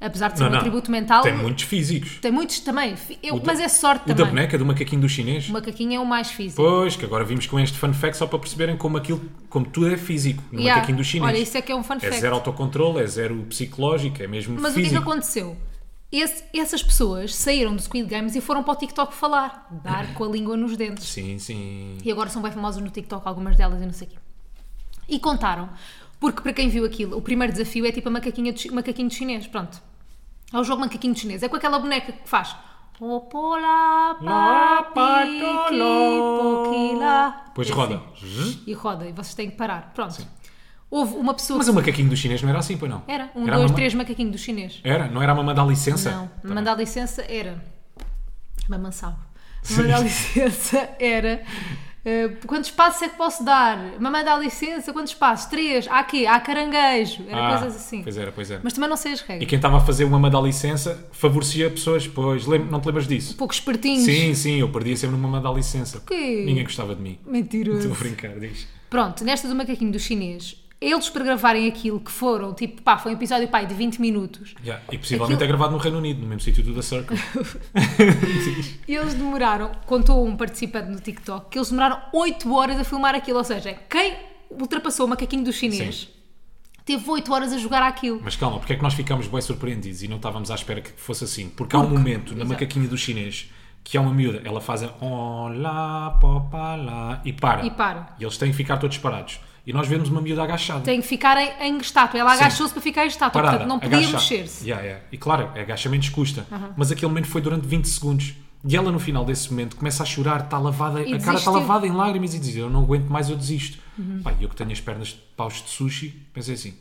[SPEAKER 1] apesar de ser um atributo mental.
[SPEAKER 2] Tem muitos físicos.
[SPEAKER 1] Tem muitos também, fi- eu-
[SPEAKER 2] O da-
[SPEAKER 1] mas é sorte
[SPEAKER 2] O da
[SPEAKER 1] também.
[SPEAKER 2] boneca, do macaquinho do chinês.
[SPEAKER 1] O macaquinho é o mais físico.
[SPEAKER 2] Pois, que agora vimos com este fun fact só para perceberem como aquilo, como tudo é físico no
[SPEAKER 1] Yeah.
[SPEAKER 2] macaquinho do chinês.
[SPEAKER 1] Olha, isso é que é um fun
[SPEAKER 2] É
[SPEAKER 1] fact.
[SPEAKER 2] zero autocontrole, é zero psicológico, é mesmo
[SPEAKER 1] Mas o que é que
[SPEAKER 2] físico.
[SPEAKER 1] aconteceu? Esse- essas pessoas saíram do Squid Games e foram para o TikTok falar, dar com a língua nos dentes.
[SPEAKER 2] Sim, sim.
[SPEAKER 1] E agora são bem famosas no TikTok, algumas delas e não sei o quê. E contaram, porque para quem viu aquilo, o primeiro desafio é tipo a macaquinha de, chi- macaquinho de chinês, pronto. É o jogo macaquinho de chinês, é com aquela boneca que faz... Opola, pa,
[SPEAKER 2] Lá, pá,
[SPEAKER 1] piqui,
[SPEAKER 2] toló.
[SPEAKER 1] poquila.
[SPEAKER 2] Pois
[SPEAKER 1] É
[SPEAKER 2] roda.
[SPEAKER 1] assim. E roda, e vocês têm que parar. Pronto. Houve uma pessoa...
[SPEAKER 2] Mas
[SPEAKER 1] que-
[SPEAKER 2] o macaquinho do chinês não era assim, pois não?
[SPEAKER 1] Era, um,
[SPEAKER 2] Era a
[SPEAKER 1] dois,
[SPEAKER 2] mamã-
[SPEAKER 1] três macaquinho do chinês.
[SPEAKER 2] Era? Não era a mamã da licença?
[SPEAKER 1] Não,
[SPEAKER 2] Tá
[SPEAKER 1] mandar licença era. Mamansal.
[SPEAKER 2] Sim.
[SPEAKER 1] Mandar licença era. eh, quantos passos é que posso dar? Mamãe dá licença, quantos passos? Três, há quê? Há caranguejo. Era
[SPEAKER 2] Ah,
[SPEAKER 1] coisas assim.
[SPEAKER 2] Pois era, pois era.
[SPEAKER 1] Mas também não sei as
[SPEAKER 2] E
[SPEAKER 1] regras.
[SPEAKER 2] quem estava a fazer uma mamã da licença favorecia pessoas, pois, lem- não te lembras disso?
[SPEAKER 1] Poucos espertinhos.
[SPEAKER 2] Sim, sim, eu perdia sempre numa mandar licença.
[SPEAKER 1] Quê?
[SPEAKER 2] Ninguém gostava de mim. Estou
[SPEAKER 1] Mentiroso.
[SPEAKER 2] a brincar, diz.
[SPEAKER 1] Pronto, nesta do macaquinho do chinês, eles para gravarem aquilo que foram, tipo, pá, foi um episódio pai, de 20 minutos.
[SPEAKER 2] Yeah, E possivelmente
[SPEAKER 1] Aquilo-
[SPEAKER 2] é gravado no Reino Unido, no mesmo sítio do The Circle.
[SPEAKER 1] E eles demoraram, contou um participante no TikTok, que eles demoraram 8 horas a filmar aquilo. Ou seja, quem ultrapassou o macaquinho do chinês teve 8 horas a jogar aquilo.
[SPEAKER 2] Mas calma, porque é que nós ficámos bem surpreendidos e não estávamos à espera que fosse assim? Porque há um
[SPEAKER 1] Porque-
[SPEAKER 2] momento na macaquinha do chinês que há uma miúda, ela faz a olá, popá, lá e para.
[SPEAKER 1] E para.
[SPEAKER 2] E eles têm que ficar todos parados. E nós vemos uma miúda agachada.
[SPEAKER 1] Tem que ficar em, em estátua. Ela
[SPEAKER 2] Sim.
[SPEAKER 1] agachou-se para ficar em estátua,
[SPEAKER 2] parada,
[SPEAKER 1] Ah, portanto não podia
[SPEAKER 2] agacha-
[SPEAKER 1] mexer-se.
[SPEAKER 2] Yeah, yeah. E claro, agachamentos custa. Mas aquele momento foi durante 20 segundos. E ela, no final desse momento, começa a chorar, está lavada, a cara está
[SPEAKER 1] desistiu. Uhum.
[SPEAKER 2] lavada em lágrimas e diz: Eu não aguento mais, eu desisto. Pá, e eu que tenho as pernas de paus de sushi, pensei assim: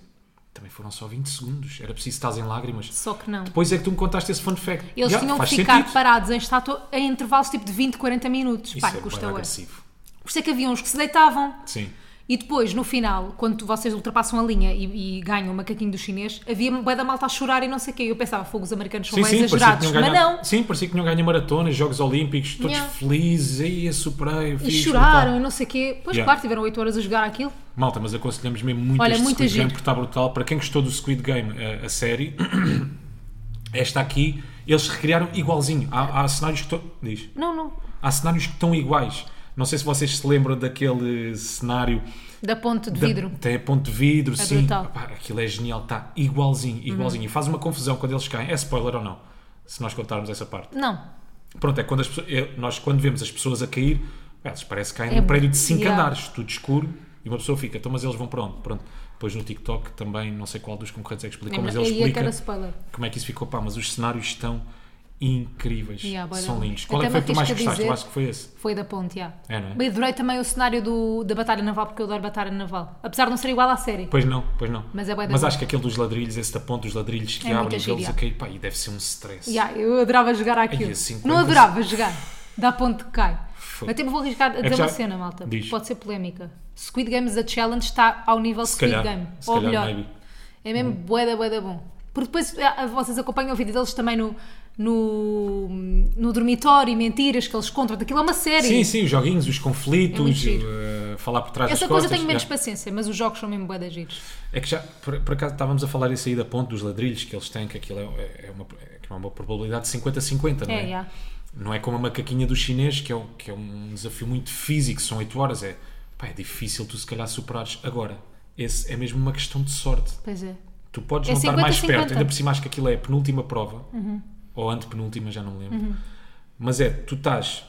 [SPEAKER 2] Também foram só 20 segundos, era preciso estás em lágrimas.
[SPEAKER 1] Só que não.
[SPEAKER 2] Depois é que tu me contaste esse fun fact.
[SPEAKER 1] Eles
[SPEAKER 2] Yeah,
[SPEAKER 1] tinham que
[SPEAKER 2] faz
[SPEAKER 1] ficar
[SPEAKER 2] sentido.
[SPEAKER 1] parados em estátua em intervalos tipo de 20, 40 minutos.
[SPEAKER 2] Isso
[SPEAKER 1] Pá,
[SPEAKER 2] é
[SPEAKER 1] custa
[SPEAKER 2] bué
[SPEAKER 1] bué.
[SPEAKER 2] agressivo.
[SPEAKER 1] Por isso é que havia uns que se deitavam.
[SPEAKER 2] Sim.
[SPEAKER 1] E depois, no final, quando vocês ultrapassam a linha e, e ganham o macaquinho do chinês, havia bué da malta a chorar e não sei o quê. Eu pensava, fogo, os americanos são
[SPEAKER 2] Sim,
[SPEAKER 1] bem
[SPEAKER 2] sim, parecia que
[SPEAKER 1] exagerados.
[SPEAKER 2] tinham
[SPEAKER 1] Mas
[SPEAKER 2] ganhado-
[SPEAKER 1] não.
[SPEAKER 2] Sim, parecia que não ganha maratonas, Jogos Olímpicos, todos
[SPEAKER 1] Yeah.
[SPEAKER 2] felizes, aí, superei,
[SPEAKER 1] E
[SPEAKER 2] fiz, então.
[SPEAKER 1] choraram e não sei o quê. Pois,
[SPEAKER 2] Yeah.
[SPEAKER 1] claro, tiveram 8 horas a jogar aquilo.
[SPEAKER 2] Malta, mas aconselhamos mesmo muito
[SPEAKER 1] Olha,
[SPEAKER 2] este
[SPEAKER 1] muito
[SPEAKER 2] Squid
[SPEAKER 1] giro.
[SPEAKER 2] Game porque está brutal. Para quem gostou do Squid Game, a, a série, esta aqui, eles recriaram igualzinho. Há, há cenários que estão. Diz.
[SPEAKER 1] Não, não.
[SPEAKER 2] Há cenários que estão iguais. Não sei se vocês se lembram daquele cenário.
[SPEAKER 1] Da ponte de
[SPEAKER 2] da-
[SPEAKER 1] vidro. É
[SPEAKER 2] Tem a ponte de vidro, sim.
[SPEAKER 1] brutal. Uhum.
[SPEAKER 2] Epá, aquilo é genial, está igualzinho, igualzinho. E faz uma confusão quando eles caem. É spoiler ou não? Se nós contarmos essa parte.
[SPEAKER 1] Não.
[SPEAKER 2] Pronto, é quando as pessoas- é- nós quando vemos as pessoas a cair, elas parece que caem
[SPEAKER 1] É
[SPEAKER 2] num prédio de 5
[SPEAKER 1] yeah.
[SPEAKER 2] andares, tudo escuro, e uma pessoa fica, então mas eles vão para onde? Pronto. Depois no TikTok também, não sei qual dos concorrentes é que explicou, mas
[SPEAKER 1] Aí
[SPEAKER 2] ele
[SPEAKER 1] é que
[SPEAKER 2] explica
[SPEAKER 1] era spoiler.
[SPEAKER 2] como é que isso ficou, pá, mas os cenários estão incríveis,
[SPEAKER 1] Yeah, bué da
[SPEAKER 2] são
[SPEAKER 1] bom.
[SPEAKER 2] lindos. Qual é
[SPEAKER 1] Até
[SPEAKER 2] que foi
[SPEAKER 1] me
[SPEAKER 2] que tu mais
[SPEAKER 1] arrisco a
[SPEAKER 2] gostaste?
[SPEAKER 1] dizer-
[SPEAKER 2] Eu acho que foi esse.
[SPEAKER 1] Foi da ponte, já.
[SPEAKER 2] É, não é?
[SPEAKER 1] Mas adorei também o cenário do- da Batalha Naval, porque eu adoro Batalha Naval. Apesar de não ser igual à série.
[SPEAKER 2] Pois não, pois não.
[SPEAKER 1] Mas é bué da
[SPEAKER 2] mas
[SPEAKER 1] bom.
[SPEAKER 2] acho que aquele dos ladrilhos, esse da ponte dos ladrilhos que
[SPEAKER 1] É muito
[SPEAKER 2] abrem e
[SPEAKER 1] giro,
[SPEAKER 2] vê-los a
[SPEAKER 1] yeah.
[SPEAKER 2] cair, pá, e deve ser um stress.
[SPEAKER 1] Já, eu adorava jogar aquilo.
[SPEAKER 2] Aí, assim,
[SPEAKER 1] não
[SPEAKER 2] quantas-
[SPEAKER 1] adorava jogar. Dá ponto que cai.
[SPEAKER 2] Fogo. É
[SPEAKER 1] Mas até me vou arriscar a
[SPEAKER 2] que
[SPEAKER 1] dizer
[SPEAKER 2] já-
[SPEAKER 1] uma cena, malta.
[SPEAKER 2] Diz.
[SPEAKER 1] Pode ser polémica. Squid Games The Challenge está ao nível
[SPEAKER 2] Se
[SPEAKER 1] Squid
[SPEAKER 2] calhar,
[SPEAKER 1] Game.
[SPEAKER 2] se
[SPEAKER 1] Ou
[SPEAKER 2] calhar,
[SPEAKER 1] melhor.
[SPEAKER 2] maybe. Uhum.
[SPEAKER 1] É mesmo boeda, boeda bom. Porque depois ah, vocês acompanham o vídeo deles também no, no, no dormitório e mentiras que eles contam. Aquilo é uma série.
[SPEAKER 2] Sim, sim, os joguinhos, os conflitos,
[SPEAKER 1] giro.
[SPEAKER 2] eh, falar por trás
[SPEAKER 1] Essa
[SPEAKER 2] das
[SPEAKER 1] coisa
[SPEAKER 2] costas.
[SPEAKER 1] eu tenho menos
[SPEAKER 2] yeah.
[SPEAKER 1] paciência, mas os jogos são mesmo boeda giros.
[SPEAKER 2] É que já, por, por acaso, estávamos a falar isso aí da ponte dos ladrilhos que eles têm, que aquilo é, é, uma, é que é uma probabilidade de 50-50, não é?
[SPEAKER 1] É, já.
[SPEAKER 2] Não é como a macaquinha do chinês, que é, um- que é um desafio muito físico, são 8 horas, é, pá, é difícil tu se calhar superares. Agora, esse é mesmo uma questão de sorte.
[SPEAKER 1] Pois é.
[SPEAKER 2] Tu podes
[SPEAKER 1] É
[SPEAKER 2] não estar mais
[SPEAKER 1] 50-50.
[SPEAKER 2] perto, ainda por cima acho que aquilo é a penúltima prova,
[SPEAKER 1] Uhum.
[SPEAKER 2] ou antepenúltima, já não me lembro. Mas é, tu estás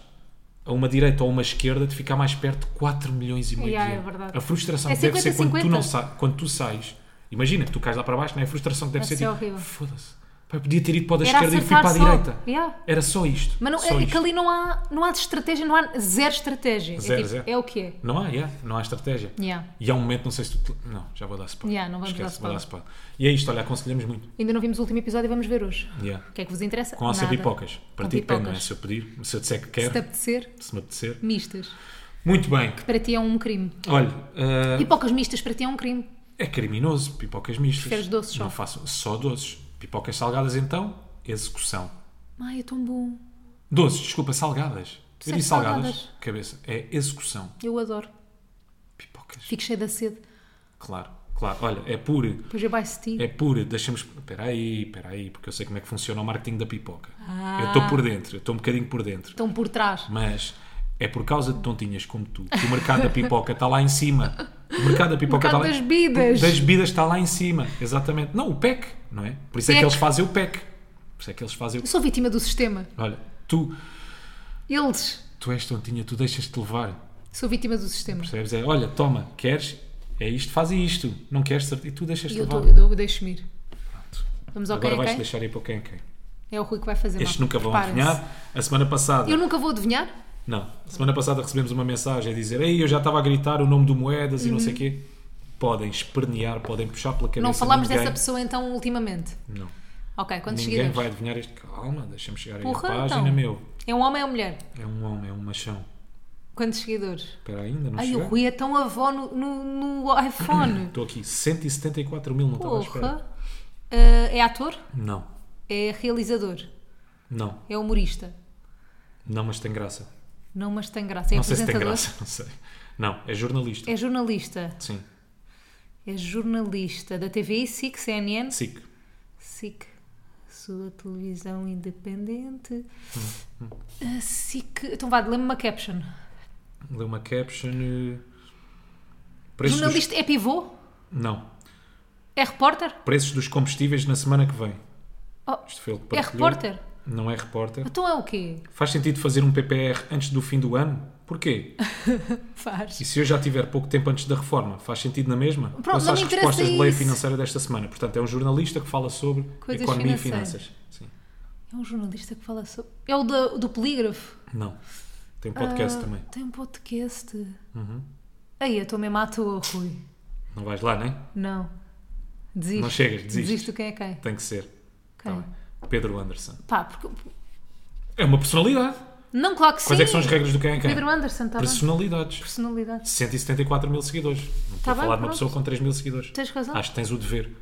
[SPEAKER 2] a uma direita ou a uma esquerda de ficar mais perto de 4 milhões e meio
[SPEAKER 1] Yeah,
[SPEAKER 2] de
[SPEAKER 1] é
[SPEAKER 2] euros.
[SPEAKER 1] verdade.
[SPEAKER 2] A frustração
[SPEAKER 1] É
[SPEAKER 2] que deve ser quando tu,
[SPEAKER 1] 50-50.
[SPEAKER 2] não sa quando tu sais, imagina que tu cais lá para baixo, não é? A frustração que deve
[SPEAKER 1] Deve
[SPEAKER 2] ser
[SPEAKER 1] ser
[SPEAKER 2] tipo,
[SPEAKER 1] horrível.
[SPEAKER 2] foda-se, Pá, eu podia ter ido para o da
[SPEAKER 1] Era
[SPEAKER 2] esquerda e fui
[SPEAKER 1] acertar
[SPEAKER 2] para a
[SPEAKER 1] só.
[SPEAKER 2] direita.
[SPEAKER 1] Yeah.
[SPEAKER 2] Era só isto.
[SPEAKER 1] Mas não,
[SPEAKER 2] só
[SPEAKER 1] é, é que
[SPEAKER 2] isto.
[SPEAKER 1] ali não há, não há de estratégia, não há zero estratégia.
[SPEAKER 2] Zero,
[SPEAKER 1] é, tipo,
[SPEAKER 2] zero.
[SPEAKER 1] é o que é.
[SPEAKER 2] Não há, yeah, não há estratégia.
[SPEAKER 1] Yeah.
[SPEAKER 2] E há um momento, não sei se tu. te- Não, já vou dar spoiler.
[SPEAKER 1] Yeah, não vamos dar
[SPEAKER 2] Esquece, vou spoiler. E é isto, olha, aconselhamos muito.
[SPEAKER 1] Ainda não vimos o último episódio e vamos ver hoje.
[SPEAKER 2] Yeah.
[SPEAKER 1] O que é que vos interessa?
[SPEAKER 2] Com alça
[SPEAKER 1] Nada.
[SPEAKER 2] pipocas. Para
[SPEAKER 1] Com
[SPEAKER 2] ti depende, não é?
[SPEAKER 1] pipocas.
[SPEAKER 2] Se eu pedir, se eu disser que
[SPEAKER 1] Se te
[SPEAKER 2] quero,
[SPEAKER 1] apetecer,
[SPEAKER 2] se me apetecer.
[SPEAKER 1] mistas.
[SPEAKER 2] Muito bem.
[SPEAKER 1] Para ti é um crime.
[SPEAKER 2] Olha, ah,
[SPEAKER 1] Pipocas mistas para ti é um crime.
[SPEAKER 2] é criminoso, pipocas mistas.
[SPEAKER 1] Preferes doces só?
[SPEAKER 2] Não faço, só doces. Pipocas salgadas então, execução.
[SPEAKER 1] Ai, é tão bom.
[SPEAKER 2] Doces, desculpa, salgadas.
[SPEAKER 1] Tu
[SPEAKER 2] Eu disse
[SPEAKER 1] disseste
[SPEAKER 2] salgadas,
[SPEAKER 1] salgadas.
[SPEAKER 2] cabeça. É execução.
[SPEAKER 1] Eu adoro.
[SPEAKER 2] Pipocas.
[SPEAKER 1] Fico cheia da sede.
[SPEAKER 2] Claro, claro. Olha, é puro.
[SPEAKER 1] Depois eu baixo ti.
[SPEAKER 2] É puro. Deixamos. Espera aí, espera aí, porque eu sei como é que funciona o marketing da pipoca.
[SPEAKER 1] Ah.
[SPEAKER 2] Eu estou por dentro, eu estou um bocadinho por dentro.
[SPEAKER 1] Estão por trás.
[SPEAKER 2] Mas é por causa de tontinhas como tu que o mercado da pipoca está lá em cima. O mercado da pipoca
[SPEAKER 1] mercado
[SPEAKER 2] está lá
[SPEAKER 1] das bebidas.
[SPEAKER 2] Das bebidas está lá em cima, exatamente. Não, o PEC, não é? Por isso é que
[SPEAKER 1] PEC.
[SPEAKER 2] eles fazem o PEC. Por isso é que eles fazem o.
[SPEAKER 1] Eu sou vítima do sistema.
[SPEAKER 2] Olha, tu,
[SPEAKER 1] Eles.
[SPEAKER 2] tu és tontinha, tu deixas-te levar.
[SPEAKER 1] Sou vítima do sistema.
[SPEAKER 2] Percebes? É, olha, toma, queres? É isto, faz isto. Não queres? cert- E tu
[SPEAKER 1] E
[SPEAKER 2] deixas-te
[SPEAKER 1] eu,
[SPEAKER 2] levar.
[SPEAKER 1] tô, eu dou- deixo-me ir. Vamos ao
[SPEAKER 2] Agora
[SPEAKER 1] quem é
[SPEAKER 2] vais-te
[SPEAKER 1] quem?
[SPEAKER 2] deixar ir para o quem é quem.
[SPEAKER 1] É o Rui que vai fazer.
[SPEAKER 2] Estes
[SPEAKER 1] malta.
[SPEAKER 2] nunca vão
[SPEAKER 1] Preparem-se.
[SPEAKER 2] adivinhar. A semana passada.
[SPEAKER 1] Eu nunca vou adivinhar?
[SPEAKER 2] Não. Semana passada recebemos uma mensagem a dizer Ei, eu já estava a gritar o nome do Moedas e não sei o quê. Podem espernear, podem puxar pela cabeça.
[SPEAKER 1] Uhum. Não falámos
[SPEAKER 2] ninguém-
[SPEAKER 1] dessa pessoa então ultimamente.
[SPEAKER 2] Não.
[SPEAKER 1] Ok, quantos
[SPEAKER 2] Ninguém
[SPEAKER 1] seguidores?
[SPEAKER 2] vai adivinhar este. Calma, deixa-me chegar aí à
[SPEAKER 1] Porra,
[SPEAKER 2] página,
[SPEAKER 1] então.
[SPEAKER 2] meu.
[SPEAKER 1] É um homem ou mulher?
[SPEAKER 2] É um homem, é um machão.
[SPEAKER 1] Quantos seguidores?
[SPEAKER 2] Espera, ainda não
[SPEAKER 1] Ai, o
[SPEAKER 2] chegou.
[SPEAKER 1] Rui é tão avó no, no- no iPhone.
[SPEAKER 2] Estou aqui, 174 mil, não estava à espera.
[SPEAKER 1] Porra. Ah, é ator?
[SPEAKER 2] Não,
[SPEAKER 1] É realizador?
[SPEAKER 2] não,
[SPEAKER 1] É humorista?
[SPEAKER 2] não, mas tem graça.
[SPEAKER 1] Não, mas tem graça. É
[SPEAKER 2] não sei se tem
[SPEAKER 1] apresentador?
[SPEAKER 2] graça, não sei. Não, é jornalista.
[SPEAKER 1] É jornalista?
[SPEAKER 2] Sim,
[SPEAKER 1] É jornalista da TV SIC, CNN?
[SPEAKER 2] SIC.
[SPEAKER 1] SIC. Sua televisão independente.
[SPEAKER 2] Hum,
[SPEAKER 1] Ah, SIC. Então vá, lembra-me uma caption.
[SPEAKER 2] Leu uma caption. eh, preço dos-
[SPEAKER 1] jornalista é pivô?
[SPEAKER 2] Não.
[SPEAKER 1] É repórter?
[SPEAKER 2] Preços dos combustíveis na semana que vem.
[SPEAKER 1] Oh,
[SPEAKER 2] Isto foi ele que
[SPEAKER 1] é
[SPEAKER 2] partilhou.
[SPEAKER 1] repórter?
[SPEAKER 2] Não é repórter.
[SPEAKER 1] Então é o quê?
[SPEAKER 2] Faz sentido fazer um PPR antes do fim do ano? Porquê?
[SPEAKER 1] Faz.
[SPEAKER 2] E se eu já tiver pouco tempo antes da reforma, faz sentido na mesma?
[SPEAKER 1] Pronto, não
[SPEAKER 2] Ouça as
[SPEAKER 1] me interessa
[SPEAKER 2] respostas de lei
[SPEAKER 1] isso.
[SPEAKER 2] financeira desta semana. Portanto, é um jornalista que fala sobre
[SPEAKER 1] Coisas
[SPEAKER 2] economia e
[SPEAKER 1] financeiras.
[SPEAKER 2] finanças. Sim.
[SPEAKER 1] É um jornalista que fala sobre. É o da- do, polígrafo.
[SPEAKER 2] Não. Tem podcast
[SPEAKER 1] Ah,
[SPEAKER 2] também. Uhum.
[SPEAKER 1] Tem um podcast. Aí, eu estou mesmo à toa, Rui.
[SPEAKER 2] Não vais lá, nem?
[SPEAKER 1] Não. Desisto.
[SPEAKER 2] Não chegas, desistes.
[SPEAKER 1] Desisto quem é quem.
[SPEAKER 2] Tem que ser. Tá
[SPEAKER 1] Quem?
[SPEAKER 2] bem. Pedro Anderson.
[SPEAKER 1] Pá, porque.
[SPEAKER 2] É uma personalidade.
[SPEAKER 1] Não, claro que
[SPEAKER 2] Quais
[SPEAKER 1] sim.
[SPEAKER 2] é que são as regras do quem é quem?
[SPEAKER 1] Pedro Anderson, está bem.
[SPEAKER 2] Personalidades.
[SPEAKER 1] Personalidade.
[SPEAKER 2] 174 mil seguidores. Não estou
[SPEAKER 1] Tá
[SPEAKER 2] a
[SPEAKER 1] bem,
[SPEAKER 2] falar de uma
[SPEAKER 1] pronto.
[SPEAKER 2] pessoa com 3 mil seguidores.
[SPEAKER 1] Tens razão.
[SPEAKER 2] Acho que tens o dever.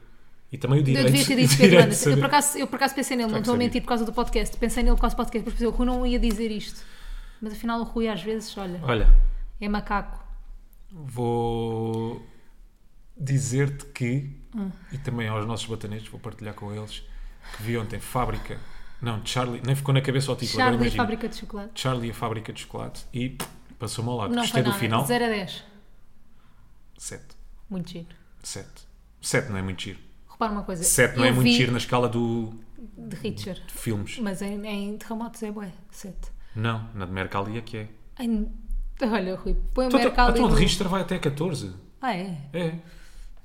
[SPEAKER 2] E também o
[SPEAKER 1] Eu
[SPEAKER 2] direito.
[SPEAKER 1] devia ter dito
[SPEAKER 2] o
[SPEAKER 1] Pedro
[SPEAKER 2] direito de
[SPEAKER 1] Anderson. Eu
[SPEAKER 2] saber.
[SPEAKER 1] por, acaso, eu por acaso pensei nele,
[SPEAKER 2] Claro
[SPEAKER 1] não
[SPEAKER 2] que
[SPEAKER 1] estou a
[SPEAKER 2] sabia.
[SPEAKER 1] mentir por causa do podcast. Pensei nele por causa do podcast, porque pensei, o Rui não ia dizer isto. Mas afinal, o Rui às vezes, olha,
[SPEAKER 2] Olha,
[SPEAKER 1] é macaco.
[SPEAKER 2] Vou dizer-te que, e também aos nossos batanetes, vou partilhar com eles, que vi ontem Fábrica, não, Charlie, nem ficou na cabeça o título, agora
[SPEAKER 1] Charlie,
[SPEAKER 2] imagina.
[SPEAKER 1] fábrica de chocolate.
[SPEAKER 2] Charlie e a Fábrica de Chocolate e pff, passou-me ao lado.
[SPEAKER 1] Não
[SPEAKER 2] Gostei
[SPEAKER 1] foi
[SPEAKER 2] do
[SPEAKER 1] nada.
[SPEAKER 2] final.
[SPEAKER 1] 0 a 10.
[SPEAKER 2] 7.
[SPEAKER 1] Muito giro.
[SPEAKER 2] 7. 7 não é muito giro.
[SPEAKER 1] Repara uma coisa.
[SPEAKER 2] 7 não é
[SPEAKER 1] eu
[SPEAKER 2] muito
[SPEAKER 1] vi
[SPEAKER 2] giro na escala do,
[SPEAKER 1] De Richard.
[SPEAKER 2] de filmes.
[SPEAKER 1] Mas em, em Terremotos é bué. 7.
[SPEAKER 2] Não, na de Mercalia que é.
[SPEAKER 1] Em... Olha, Rui, põe o
[SPEAKER 2] Então, A
[SPEAKER 1] Mercalli.
[SPEAKER 2] tua de
[SPEAKER 1] no-
[SPEAKER 2] Richter vai até 14.
[SPEAKER 1] Ah, é?
[SPEAKER 2] É.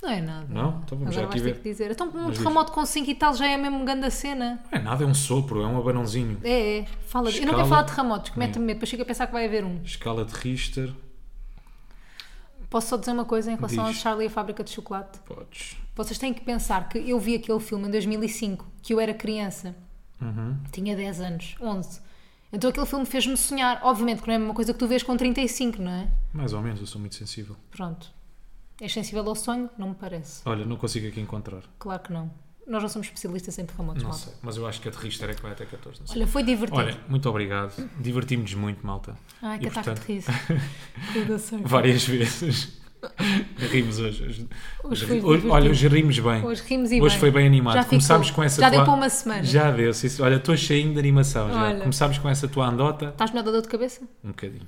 [SPEAKER 1] Não é nada.
[SPEAKER 2] Não? Então
[SPEAKER 1] Agora
[SPEAKER 2] vamos já aqui
[SPEAKER 1] vais ter
[SPEAKER 2] ver.
[SPEAKER 1] que dizer. Então, um
[SPEAKER 2] Mas diz.
[SPEAKER 1] terremoto com 5 e tal já é mesmo grande a cena.
[SPEAKER 2] Não é nada, é um sopro, é um abanãozinho.
[SPEAKER 1] É, é. Fala. Eu não
[SPEAKER 2] Escala. Hum.
[SPEAKER 1] quero falar de terremotos, que
[SPEAKER 2] Nem.
[SPEAKER 1] mete-me medo. Depois chego a pensar que vai haver um.
[SPEAKER 2] Escala de Richter.
[SPEAKER 1] Posso só dizer uma coisa em relação
[SPEAKER 2] Diz.
[SPEAKER 1] a Charlie e a Fábrica de Chocolate?
[SPEAKER 2] Podes.
[SPEAKER 1] Vocês têm que pensar que eu vi aquele filme em 2005, que eu era criança.
[SPEAKER 2] Uhum.
[SPEAKER 1] Tinha 10 anos, 11. Então aquele filme fez-me sonhar. Obviamente que não é a mesma coisa que tu vês com 35, não é?
[SPEAKER 2] Mais ou menos, eu sou muito sensível.
[SPEAKER 1] Pronto. És sensível ao sonho? Não me parece.
[SPEAKER 2] Olha, não consigo aqui encontrar.
[SPEAKER 1] Claro que não. Nós não somos especialistas em terremotos,
[SPEAKER 2] Não
[SPEAKER 1] malta.
[SPEAKER 2] sei, mas eu acho que a de Richter é que vai até 14. não sei.
[SPEAKER 1] Olha, foi divertido.
[SPEAKER 2] Olha, muito obrigado. Divertimos-nos muito, malta.
[SPEAKER 1] Ai, que
[SPEAKER 2] E,
[SPEAKER 1] ataque
[SPEAKER 2] portanto,
[SPEAKER 1] de riso. Tudo a sério.
[SPEAKER 2] Várias vezes. Rimos hoje. Hoje,
[SPEAKER 1] Hoje
[SPEAKER 2] hoje-
[SPEAKER 1] foi
[SPEAKER 2] hoje- olha,
[SPEAKER 1] divertido.
[SPEAKER 2] hoje rimos bem.
[SPEAKER 1] Hoje rimos e
[SPEAKER 2] Hoje
[SPEAKER 1] bem.
[SPEAKER 2] foi bem animado.
[SPEAKER 1] Já
[SPEAKER 2] Começámos
[SPEAKER 1] ficou.
[SPEAKER 2] com essa
[SPEAKER 1] Já
[SPEAKER 2] tua...
[SPEAKER 1] deu para uma semana.
[SPEAKER 2] Já deu, sim, sim. Olha, estou cheinho de animação. já.
[SPEAKER 1] Olha.
[SPEAKER 2] Começámos com essa tua andota.
[SPEAKER 1] Estás melhor da dor de cabeça?
[SPEAKER 2] Um bocadinho.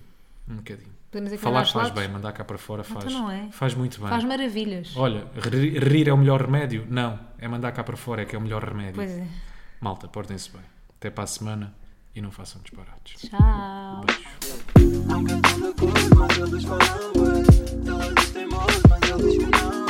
[SPEAKER 2] Um bocadinho.
[SPEAKER 1] Podemos ir
[SPEAKER 2] Falar
[SPEAKER 1] caminhar aos
[SPEAKER 2] faz
[SPEAKER 1] lados?
[SPEAKER 2] bem, mandar cá para fora faz.
[SPEAKER 1] não é.
[SPEAKER 2] Faz muito bem.
[SPEAKER 1] Faz maravilhas.
[SPEAKER 2] Olha, ri- rir é o melhor remédio? Não, é mandar cá para fora é que é o melhor remédio.
[SPEAKER 1] Pois é.
[SPEAKER 2] Malta, portem-se bem. Até para a semana e não façam disparates.
[SPEAKER 1] Tchau.
[SPEAKER 3] I'm contando cores, mas eles falam bué. Elas dizem modas, mas eles dizem não.